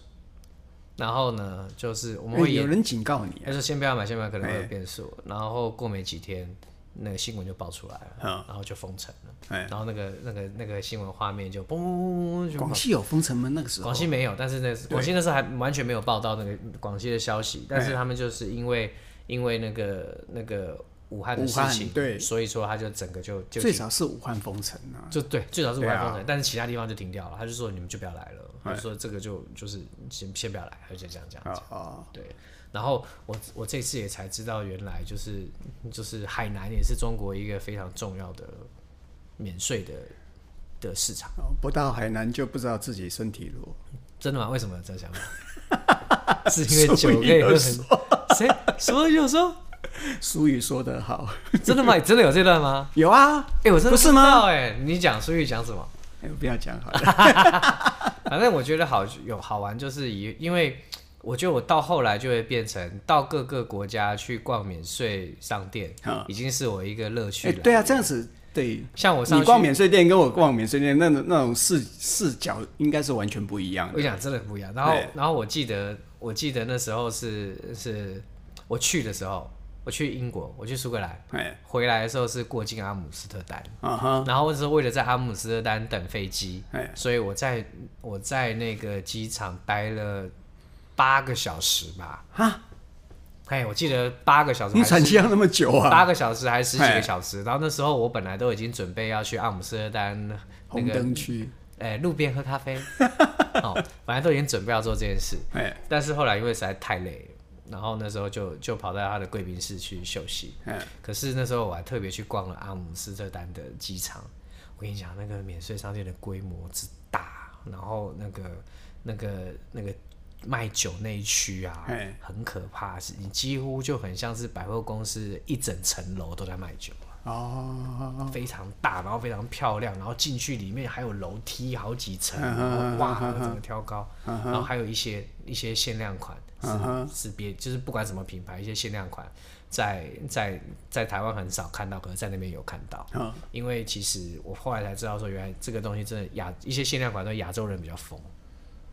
Speaker 1: 然后呢，就是我们
Speaker 2: 哎
Speaker 1: 会
Speaker 2: 有
Speaker 1: 演，
Speaker 2: 人哎警告你
Speaker 1: 他说先不要买，先不要买，可能会有变数。然后过没几天，那个新闻就爆出来了，然后就封城了。
Speaker 2: 嗯哎，
Speaker 1: 然后那个那个那个新闻画面就嘣嘣嘣嘣嘣就
Speaker 2: 广西有封城吗？那个时候
Speaker 1: 广，西没有，但是那是广西那时候还完全没有报道那个广西的消息，但是他们就是因为因为那个那个武汉的事
Speaker 2: 武汉
Speaker 1: 情，
Speaker 2: 对
Speaker 1: 所以说他就整个就就
Speaker 2: 最早是武汉封城啊。
Speaker 1: 就对，最早是武汉
Speaker 2: 对啊嗯
Speaker 1: 封城，但是其他地方就停掉了，他就说你们就不要来了，他就说这个就就是先先不要来，他就这样讲
Speaker 2: 啊。啊，
Speaker 1: 对，然后我我这次也才知道，原来就是就是海南也是中国一个非常重要的免税的的市场。
Speaker 2: 哦不到海南就不知道自己身体弱，
Speaker 1: 真的吗？为什么有这想法？
Speaker 2: [laughs]
Speaker 1: 是因为酒可以喝很 [laughs] 谁所以有说
Speaker 2: 俗语说得好， [laughs]
Speaker 1: 真的吗？真的有这段吗？
Speaker 2: 有啊，
Speaker 1: 哎、我真的
Speaker 2: 不是
Speaker 1: 知道
Speaker 2: 吗？
Speaker 1: 哎、你讲苏玉讲什么？
Speaker 2: 哎，不要讲
Speaker 1: 啊
Speaker 2: 好了，
Speaker 1: 反正我觉得好有好玩，就是以因为我觉得我到后来就会变成到各个国家去逛免税商店，
Speaker 2: 嗯
Speaker 1: 已经是我一个乐趣
Speaker 2: 哎，
Speaker 1: 了。
Speaker 2: 对啊，这样子对。
Speaker 1: 像我上
Speaker 2: 你
Speaker 1: 去
Speaker 2: 逛免税店跟我逛免税店那种那种视视角应该是完全不一样
Speaker 1: 我跟
Speaker 2: 的。
Speaker 1: 你讲真的不一样。然后
Speaker 2: 对，
Speaker 1: 然后我记得，我记得那时候是是我去的时候，我去英国，我去苏格兰，
Speaker 2: 哎，
Speaker 1: 回来的时候是过境阿姆斯特丹，
Speaker 2: 啊哈，
Speaker 1: 然后我是为了在阿姆斯特丹等飞机
Speaker 2: 哎，
Speaker 1: 所以我在我在那个机场待了八个小时吧。
Speaker 2: 哈，
Speaker 1: 哎，我记得八个小时
Speaker 2: 你
Speaker 1: 还是，
Speaker 2: 产期要那么久啊？
Speaker 1: 八个小时还是十几
Speaker 2: 哎
Speaker 1: 个小时。然后那时候我本来都已经准备要去阿姆斯特丹那
Speaker 2: 红
Speaker 1: 个
Speaker 2: 灯区，
Speaker 1: 哎路边喝咖啡，哦，本来都已经准备要做这件事，
Speaker 2: 哎
Speaker 1: 但是后来因为实在太累了，然后那时候就就跑到他的贵宾室去休息。
Speaker 2: 哎，
Speaker 1: 可是那时候我还特别去逛了阿姆斯特丹的机场。我跟你讲，那个免税商店的规模之大，然后那个那个那个卖酒那一区啊
Speaker 2: 嘿，
Speaker 1: 很可怕，是你几乎就很像是百货公司一整层楼都在卖酒啊。
Speaker 2: 哦，
Speaker 1: 非常大，然后非常漂亮，然后进去里面还有楼梯好几层，
Speaker 2: 嗯
Speaker 1: 然
Speaker 2: 哼
Speaker 1: 后哇，
Speaker 2: 嗯哼
Speaker 1: 整个挑高，
Speaker 2: 嗯
Speaker 1: 然后还有一些一些限量款
Speaker 2: 嗯哼
Speaker 1: 是是别就是不管什么品牌，一些限量款在在在台湾很少看到，可是在那边有看到，
Speaker 2: 嗯
Speaker 1: 因为其实我后来才知道说，原来这个东西真的亚一些限量款都亚洲人比较疯，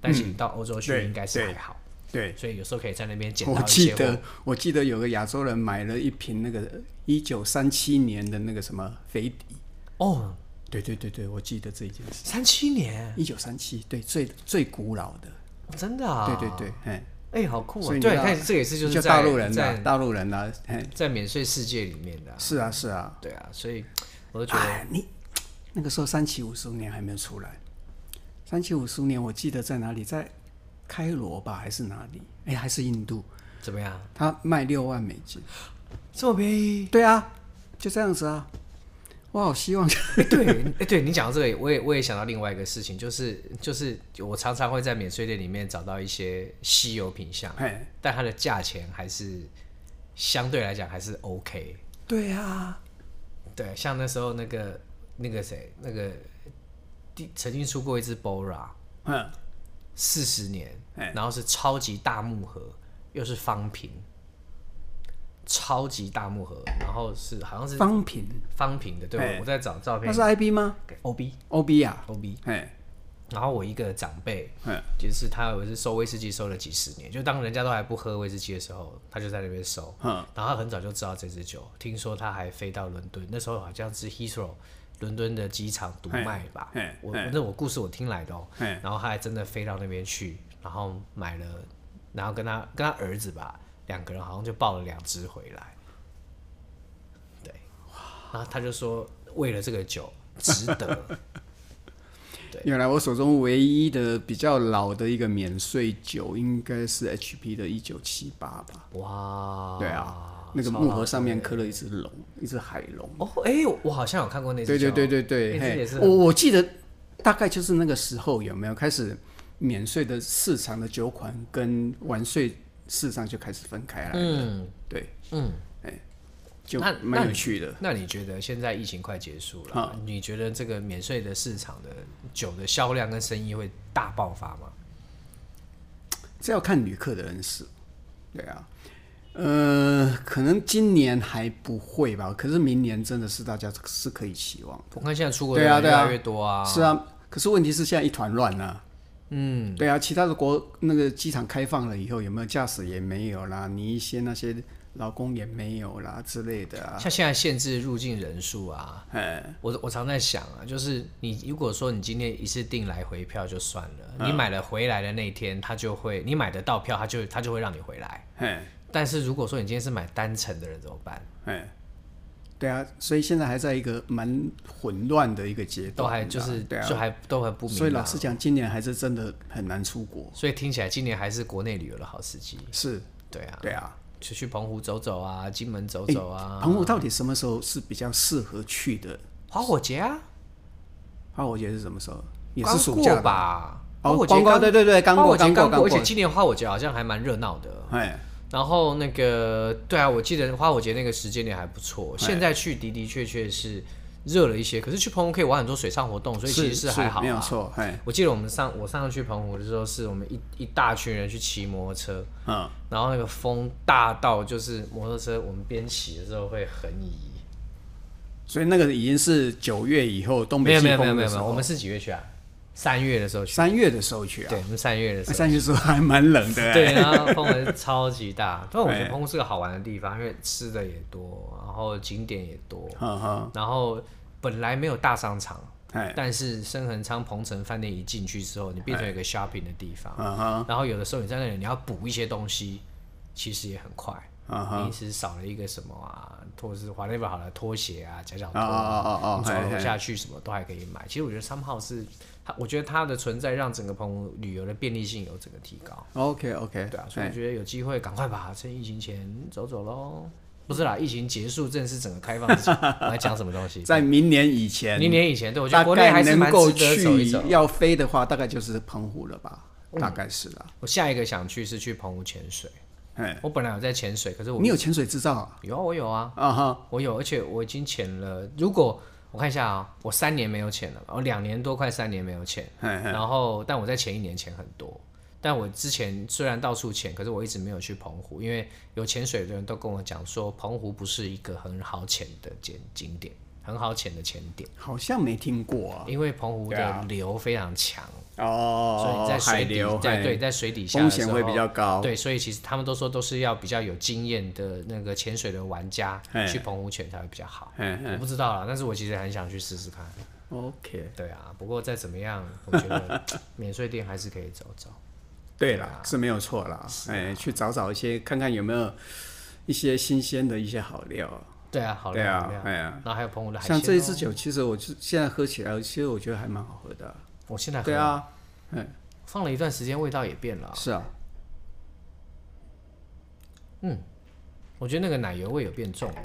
Speaker 1: 但是你到欧洲去
Speaker 2: 嗯对
Speaker 1: 应该是还
Speaker 2: 对
Speaker 1: 好，
Speaker 2: 对，
Speaker 1: 所以有时候可以在那边捡
Speaker 2: 我
Speaker 1: 到一
Speaker 2: 记
Speaker 1: 些货
Speaker 2: 得我记得有个亚洲人买了一瓶那个一九三七年的那个什么肥迪，
Speaker 1: 哦，
Speaker 2: 对对对对，我记得这一件事，
Speaker 1: 三七年，
Speaker 2: 一九三七，对，最最古老的，
Speaker 1: 哦真的啊，
Speaker 2: 对对对，哎，
Speaker 1: 哎、好酷啊
Speaker 2: 所！以你
Speaker 1: 对，
Speaker 2: 知道
Speaker 1: 看这也是
Speaker 2: 就是
Speaker 1: 在
Speaker 2: 大陆人啦，
Speaker 1: 在
Speaker 2: 大陆人啦，哎，
Speaker 1: 在免税世界里面的啊、
Speaker 2: 是啊是啊，
Speaker 1: 对啊，所以我就觉得
Speaker 2: 哎，你那个时候三七五十五年还没有出来，三七五十五年我记得在哪里，在开罗吧还是哪里？哎，还是印度，
Speaker 1: 怎么样？
Speaker 2: 他卖六万美金。
Speaker 1: 这么便宜？
Speaker 2: 对啊，就这样子啊。我好希望，
Speaker 1: 哎、对，哎、对你讲到这个，我也我也想到另外一个事情，就是就是我常常会在免税店里面找到一些稀有品相，
Speaker 2: 哎，
Speaker 1: 但它的价钱还是相对来讲还是 OK。
Speaker 2: 对啊，
Speaker 1: 对，像那时候那个那个谁，那个第曾经出过一只 Bora
Speaker 2: 嗯，
Speaker 1: 四十年，
Speaker 2: 哎
Speaker 1: 然后是超级大木盒，又是方瓶，超级大木盒，然后是好像是
Speaker 2: 方平，
Speaker 1: 方瓶的，对，
Speaker 2: 哎
Speaker 1: 我我在找照
Speaker 2: 那
Speaker 1: 片
Speaker 2: 是 IB 吗
Speaker 1: ，OB
Speaker 2: ？OB 啊，
Speaker 1: OB，
Speaker 2: 哎，
Speaker 1: 然后我一个长辈，
Speaker 2: 哎，
Speaker 1: 就是他有一次收威士忌收了几十年，就当人家都还不喝威士忌的时候，他就在那边收。
Speaker 2: 嗯，
Speaker 1: 然后他很早就知道这支酒，听说他还飞到伦敦，那时候好像是 Heathrow 伦敦的机场独卖吧
Speaker 2: 嘿嘿。
Speaker 1: 我
Speaker 2: 嘿
Speaker 1: 那我故事我听来的哦、
Speaker 2: 嘿
Speaker 1: 然后他还真的飞到那边去，然后买了，然后跟他跟他儿子吧，两个人好像就抱了两只回来。对，然后他就说为了这个酒值得。
Speaker 2: 原来我手中唯一的比较老的一个免税酒，应该是 HP 的一九七八吧？
Speaker 1: 哇，
Speaker 2: 对啊，那个木盒上面刻了一只龙，一只海龙。
Speaker 1: 哦，哎、我好像有看过那
Speaker 2: 对
Speaker 1: 只酒，
Speaker 2: 对
Speaker 1: 哦
Speaker 2: 对对对，
Speaker 1: 那只也
Speaker 2: 嘿
Speaker 1: 是
Speaker 2: 我
Speaker 1: 很
Speaker 2: 我记得大概就是那个时候有没有开始免税的市场的酒款跟完税市场就开始分开来了。
Speaker 1: 嗯
Speaker 2: 对，哎
Speaker 1: 嗯。
Speaker 2: 就
Speaker 1: 那
Speaker 2: 蛮有趣的。
Speaker 1: 那你觉得现在疫情快结束了，你觉得这个免税的市场的酒的销量跟生意会大爆发吗？
Speaker 2: 这要看旅客的人士，对啊，呃，可能今年还不会吧，可是明年真的是大家是可以期望。
Speaker 1: 我看现在出国的
Speaker 2: 对啊
Speaker 1: 人
Speaker 2: 对
Speaker 1: 越
Speaker 2: 啊
Speaker 1: 来越多啊，
Speaker 2: 是啊，可是问题是现在一团乱啊。嗯，对啊，其他的国那个机场开放了以后，有没有驾驶也没有啦，你一些那些劳工也没有啦之类的啊。
Speaker 1: 像现在限制入境人数啊，
Speaker 2: 哎，
Speaker 1: 我我常在想啊，就是你如果说你今天一次订来回票就算了，
Speaker 2: 嗯
Speaker 1: 你买了回来的那天，他就会你买得到票，他就他就会让你回来。
Speaker 2: 哎，
Speaker 1: 但是如果说你今天是买单程的人怎么办？
Speaker 2: 哎，对啊，所以现在还在一个蛮混乱的一个阶段啊，
Speaker 1: 都还就是、
Speaker 2: 对啊，
Speaker 1: 就还都还不明朗。
Speaker 2: 所以老实讲，今年还是真的很难出国。
Speaker 1: 所以听起来今年还是国内旅游的好时机。
Speaker 2: 是，
Speaker 1: 对啊，
Speaker 2: 对啊，
Speaker 1: 去去澎湖走走啊，金门走走啊，
Speaker 2: 澎湖到底什么时候是比较适合去的？
Speaker 1: 花火节啊，
Speaker 2: 啊，我觉得是什么时候？也
Speaker 1: 刚
Speaker 2: 是暑
Speaker 1: 过
Speaker 2: 假吧？
Speaker 1: 吧？
Speaker 2: 哦
Speaker 1: 火节
Speaker 2: 刚过对对对刚
Speaker 1: 花
Speaker 2: 过
Speaker 1: 火节
Speaker 2: 刚过
Speaker 1: 刚
Speaker 2: 刚
Speaker 1: 过，而
Speaker 2: 过
Speaker 1: 且今年花火节好像还蛮热闹的。
Speaker 2: 哎，
Speaker 1: 然后那个，对啊，我记得花火节那个时间点还不错。
Speaker 2: 哎
Speaker 1: 现在去的的确确是热了一些，可是去澎湖可以玩很多水上活动，所以其实
Speaker 2: 是
Speaker 1: 还好
Speaker 2: 没有
Speaker 1: 啊。
Speaker 2: 错，哎，
Speaker 1: 我记得我们上我上次去澎湖的时候，是我们一一大群人去骑摩托车，
Speaker 2: 嗯，
Speaker 1: 然后那个风大到就是摩托车我们边骑的时候会横移。
Speaker 2: 所以那个已经是九月以后东
Speaker 1: 没
Speaker 2: 北
Speaker 1: 有没
Speaker 2: 季
Speaker 1: 有没有
Speaker 2: 风
Speaker 1: 没
Speaker 2: 的
Speaker 1: 有
Speaker 2: 时
Speaker 1: 没有，我
Speaker 2: 候，
Speaker 1: 们是几月去啊？三月的时候去。
Speaker 2: 三月的时候去啊
Speaker 1: 对，，我们三月的时候。
Speaker 2: 三月的时候还蛮冷的，
Speaker 1: 对，然后风还是超级大，但我觉得
Speaker 2: 哎
Speaker 1: 澎湖是个好玩的地方，因为吃的也多，然后景点也多，
Speaker 2: 哈哈，
Speaker 1: 然后本来没有大商场，
Speaker 2: 哎，
Speaker 1: 但是深恒昌鹏城饭店一进去之后，你变成一个 shopping 的地方，
Speaker 2: 嗯哼，
Speaker 1: 然后有的时候你在那里你要补一些东西，其实也很快，
Speaker 2: 嗯哼，
Speaker 1: 你只少了一个什么啊，或者是 whatever 好了，拖鞋啊、夹脚拖
Speaker 2: 哦
Speaker 1: 啊，
Speaker 2: 哦哦哦
Speaker 1: 你走
Speaker 2: 嘿
Speaker 1: 楼
Speaker 2: 嘿
Speaker 1: 下去什么都还可以买。其实我觉得三号是它，我觉得它的存在让整个澎湖旅游的便利性有整个提高。
Speaker 2: ，OK OK，
Speaker 1: 对啊，所以我觉得有机会赶快吧，趁疫情前走走
Speaker 2: 嗯
Speaker 1: 喽。不是啦，疫情结束正式整个开放之前，
Speaker 2: [laughs]
Speaker 1: 我还讲什么东西？
Speaker 2: 在明年以前，
Speaker 1: 明年以前，对我觉
Speaker 2: 大
Speaker 1: 得国内还
Speaker 2: 概
Speaker 1: 是
Speaker 2: 能
Speaker 1: 蛮
Speaker 2: 够
Speaker 1: 值得走一
Speaker 2: 去
Speaker 1: 走。嗯
Speaker 2: 要飞的话，大概就是澎湖了吧，大概是啦，
Speaker 1: 我下一个想去是去澎湖潜水，
Speaker 2: 哎，
Speaker 1: 我本来有在潜水，可是我
Speaker 2: 你有潜水执照啊？
Speaker 1: 有啊，我有啊，
Speaker 2: 啊哈，
Speaker 1: 我有，而且我已经潜了。如果我看一下啊、我三年没有潜了，我两年多快三年没有潜，
Speaker 2: 嘿嘿
Speaker 1: 然后但我在前一年潜很多。但我之前虽然到处潜，可是我一直没有去澎湖，因为有潜水的人都跟我讲说，澎湖不是一个很好潜的景景点，很好潜的潜点，
Speaker 2: 好像没听过啊。
Speaker 1: 因为澎湖
Speaker 2: 对
Speaker 1: 的
Speaker 2: 啊
Speaker 1: 流非常强，
Speaker 2: 哦，
Speaker 1: 所以你在
Speaker 2: 海
Speaker 1: 水底
Speaker 2: 流，
Speaker 1: 在
Speaker 2: 嘿
Speaker 1: 对，在水底下
Speaker 2: 风
Speaker 1: 的时
Speaker 2: 险
Speaker 1: 候
Speaker 2: 会比较高。
Speaker 1: 对，所以其实他们都说都是要比较有经验的那个潜水的玩家
Speaker 2: 嘿
Speaker 1: 去澎湖潜才会比较好。
Speaker 2: 嘿嘿
Speaker 1: 我不知道啦，但是我其实很想去试试看。
Speaker 2: ，OK，
Speaker 1: 对啊，不过再怎么样，我觉
Speaker 2: [laughs]
Speaker 1: 得免税店还是可以走走。
Speaker 2: 对啦，是没有错啦。
Speaker 1: 啊
Speaker 2: 哎，去找找一些，看看有没有一些新鲜的一些好料啊。
Speaker 1: 对啊，好
Speaker 2: 对
Speaker 1: 料
Speaker 2: 啊
Speaker 1: 好料，。
Speaker 2: 哎呀，
Speaker 1: 然后还有澎湖的海鲜哦、
Speaker 2: 像这一支酒，其实我就现在喝起来，其实我觉得还蛮好喝的啊。
Speaker 1: 我现在
Speaker 2: 对
Speaker 1: 喝
Speaker 2: 啊，
Speaker 1: 放了一段时间，味道也变了啊、
Speaker 2: 是啊，
Speaker 1: 我觉得那个奶油味有变重了。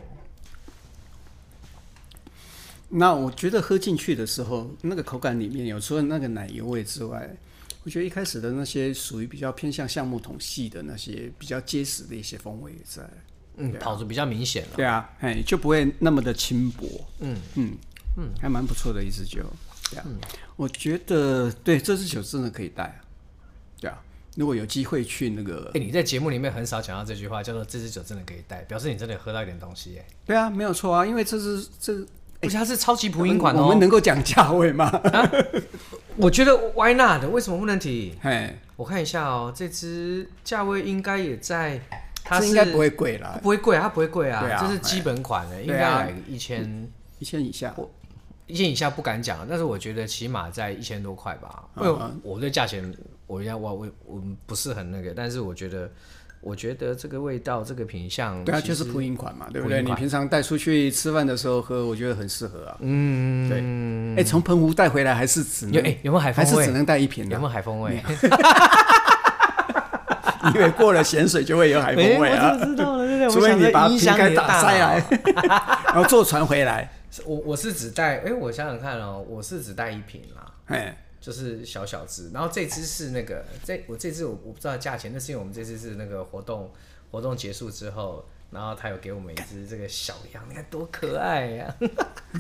Speaker 2: 那我觉得喝进去的时候，那个口感里面有除了那个奶油味之外，我觉得一开始的那些属于比较偏向橡木桶系的那些比较结实的一些风味也在。
Speaker 1: 嗯，
Speaker 2: 啊
Speaker 1: 跑的比较明显了。
Speaker 2: 对啊，
Speaker 1: 嗯
Speaker 2: 哎，就不会那么的轻薄。嗯嗯嗯，还蛮不错的一支酒。对
Speaker 1: 嗯
Speaker 2: 啊，我觉得对这支酒真的可以带啊。对啊，如果有机会去那个
Speaker 1: 哎、，你在节目里面很少讲到这句话，叫做“这支酒真的可以带”，表示你真的喝到一点东西耶、
Speaker 2: 对啊，没有错啊，因为这是这
Speaker 1: 而且它是超级普饮款哦、
Speaker 2: 哎我们能够讲价位吗？
Speaker 1: 我觉得 Why not？为什么不能提？
Speaker 2: 哎，
Speaker 1: 我看一下哦，这只价位应该也在，它
Speaker 2: 这
Speaker 1: 是
Speaker 2: 应该不会贵啦
Speaker 1: 它，不会贵，它不会贵啊，
Speaker 2: 对啊
Speaker 1: 这是基本款的，应
Speaker 2: 对
Speaker 1: 该
Speaker 2: 啊
Speaker 1: 一千
Speaker 2: 一千以下。
Speaker 1: 一千以下不敢讲，但是我觉得起码在一千多块吧。因
Speaker 2: 嗯
Speaker 1: 为我对价钱，我要我我我不是很那个，但是我觉得，我觉得这个味道这个品相，
Speaker 2: 对啊，
Speaker 1: 嗯其
Speaker 2: 就是普饮款嘛，对不对？
Speaker 1: 普饮
Speaker 2: 你
Speaker 1: 款
Speaker 2: 平常带出去吃饭的时候喝，我觉得很适合啊。嗯，对。哎，从澎湖带回来还是只
Speaker 1: 有
Speaker 2: 能
Speaker 1: 哎有没有海
Speaker 2: 还
Speaker 1: 风
Speaker 2: 是只
Speaker 1: 味？
Speaker 2: 能带一瓶
Speaker 1: 有 [laughs]
Speaker 2: 的
Speaker 1: 没，有海风味？
Speaker 2: 因为过了咸水就会有海风味
Speaker 1: 哎
Speaker 2: 啊
Speaker 1: 我。怎么知道了，对不对？
Speaker 2: 除非你把
Speaker 1: 影
Speaker 2: 瓶
Speaker 1: 响
Speaker 2: 盖
Speaker 1: 你的
Speaker 2: 打
Speaker 1: 大
Speaker 2: 塞
Speaker 1: 脑
Speaker 2: 来，
Speaker 1: [laughs]
Speaker 2: 然后坐船回来。
Speaker 1: 是我我是只带，哎、我想想看哦，我是只带一瓶啦，
Speaker 2: 哎，
Speaker 1: 就是小小支。然后这支是那个，这我这支我我不知道价钱，那是因为我们这支是那个活动活动结束之后，然后他有给我们一支这个小样，你看多可爱
Speaker 2: [laughs]
Speaker 1: 呀、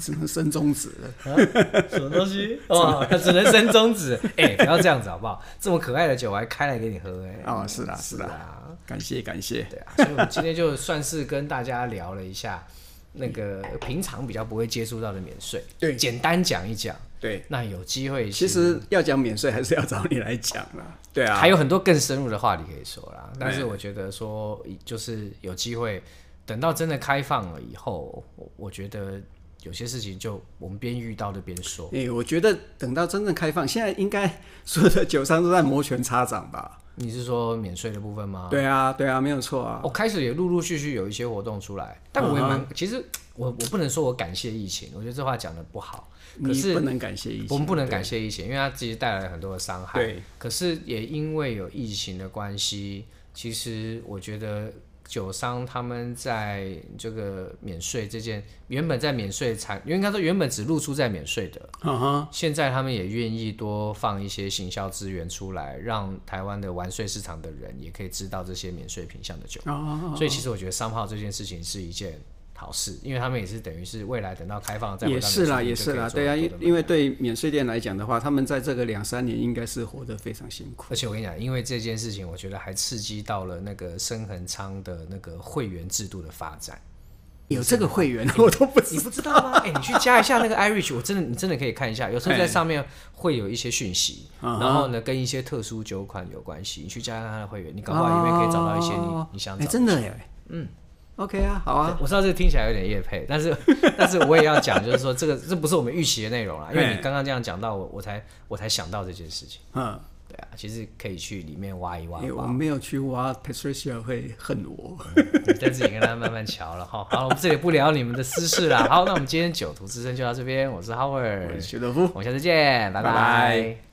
Speaker 2: 只能伸中指了。
Speaker 1: 什么东
Speaker 2: [laughs]
Speaker 1: 西？哦， [laughs] 只能伸中指。哎、不要这样子好不好？这么可爱的酒我还开来给你喝、哎、
Speaker 2: 哦，是啦，是啦，
Speaker 1: 啊。
Speaker 2: 感谢感谢。
Speaker 1: 对啊，所以我们今天就算是跟大家聊了一下那个平常比较不会接触到的免税，
Speaker 2: 对
Speaker 1: 简单讲一讲。
Speaker 2: 对，
Speaker 1: 那有机会，
Speaker 2: 其实要讲免税，还是要找你来讲啦。对啊
Speaker 1: 还，有很多更深入的话题可以说啦。但是我觉得说，就是有机会，等到真的开放了以后，我我觉得有些事情就我们边遇到的边说。
Speaker 2: 哎、我觉得等到真正开放，现在应该所有的酒商都在摩拳擦掌吧？
Speaker 1: 你是说免税的部分吗？
Speaker 2: 对啊，对啊，没有错啊。
Speaker 1: 我、开始也陆陆续续有一些活动出来，但我也蛮……其实我我不能说我感谢疫情，我觉得这话讲的不好。可
Speaker 2: 你
Speaker 1: 是
Speaker 2: 不能感谢疫情，
Speaker 1: 我们不能感
Speaker 2: 谢。
Speaker 1: 谢疫情，因为它其实带来很多的伤害。
Speaker 2: 对，
Speaker 1: 可是也因为有疫情的关系，其实我觉得酒商他们在这个免税这件原本在免税产，因为应该说原本只露出在免税的，
Speaker 2: 嗯哼，
Speaker 1: 现在他们也愿意多放一些行销资源出来，让台湾的完税市场的人也可以知道这些免税品项的酒。
Speaker 2: 哦，
Speaker 1: 所以其实我觉得商号这件事情是一件。好事，因为他们也是等于是未来等到开放再回到
Speaker 2: 也是啦，也
Speaker 1: 免
Speaker 2: 是
Speaker 1: 税店
Speaker 2: 啦，
Speaker 1: 就可以
Speaker 2: 对啊，
Speaker 1: 做
Speaker 2: 因
Speaker 1: 更多的
Speaker 2: 因为对免税店来讲的话，他们在这个两三年应该是活得非常辛苦。
Speaker 1: 而且我跟你讲，因为这件事情，我觉得还刺激到了那个深恒昌的那个会员制度的发展。
Speaker 2: 有
Speaker 1: 啊
Speaker 2: 这个会员，我都不知
Speaker 1: [laughs] 你不知道吗？哎、你去加一下那个 iRich，我真的你真的可以看一下，有时候在上面会有一些讯息，
Speaker 2: 哎嗯哼
Speaker 1: 然后呢跟一些特殊酒款有关系，你去加一下他的会员，你搞不好里面可以找到一些你、
Speaker 2: 哦
Speaker 1: 你想
Speaker 2: 哎，
Speaker 1: 找。
Speaker 2: 真的耶，嗯，OK 啊，好啊，
Speaker 1: 我知道这个听起来有点夜配，但是 [laughs] 但是我也要讲，就是说这个这不是我们预期的内容啦，因为
Speaker 2: 嘿
Speaker 1: 你刚刚这样讲到我，我才我才想到这件事情。
Speaker 2: 嗯，
Speaker 1: 对啊，其实可以去里面挖一挖。
Speaker 2: 哎，我没有去挖，Patricia 会恨我。
Speaker 1: 你在自己跟他慢慢瞧了哈。好，我们这里不聊你们的私事啦。好，那我们今天酒徒之声就到这边，我是 Howard，
Speaker 2: 我是徐德夫
Speaker 1: 我们下次见，拜
Speaker 2: 拜拜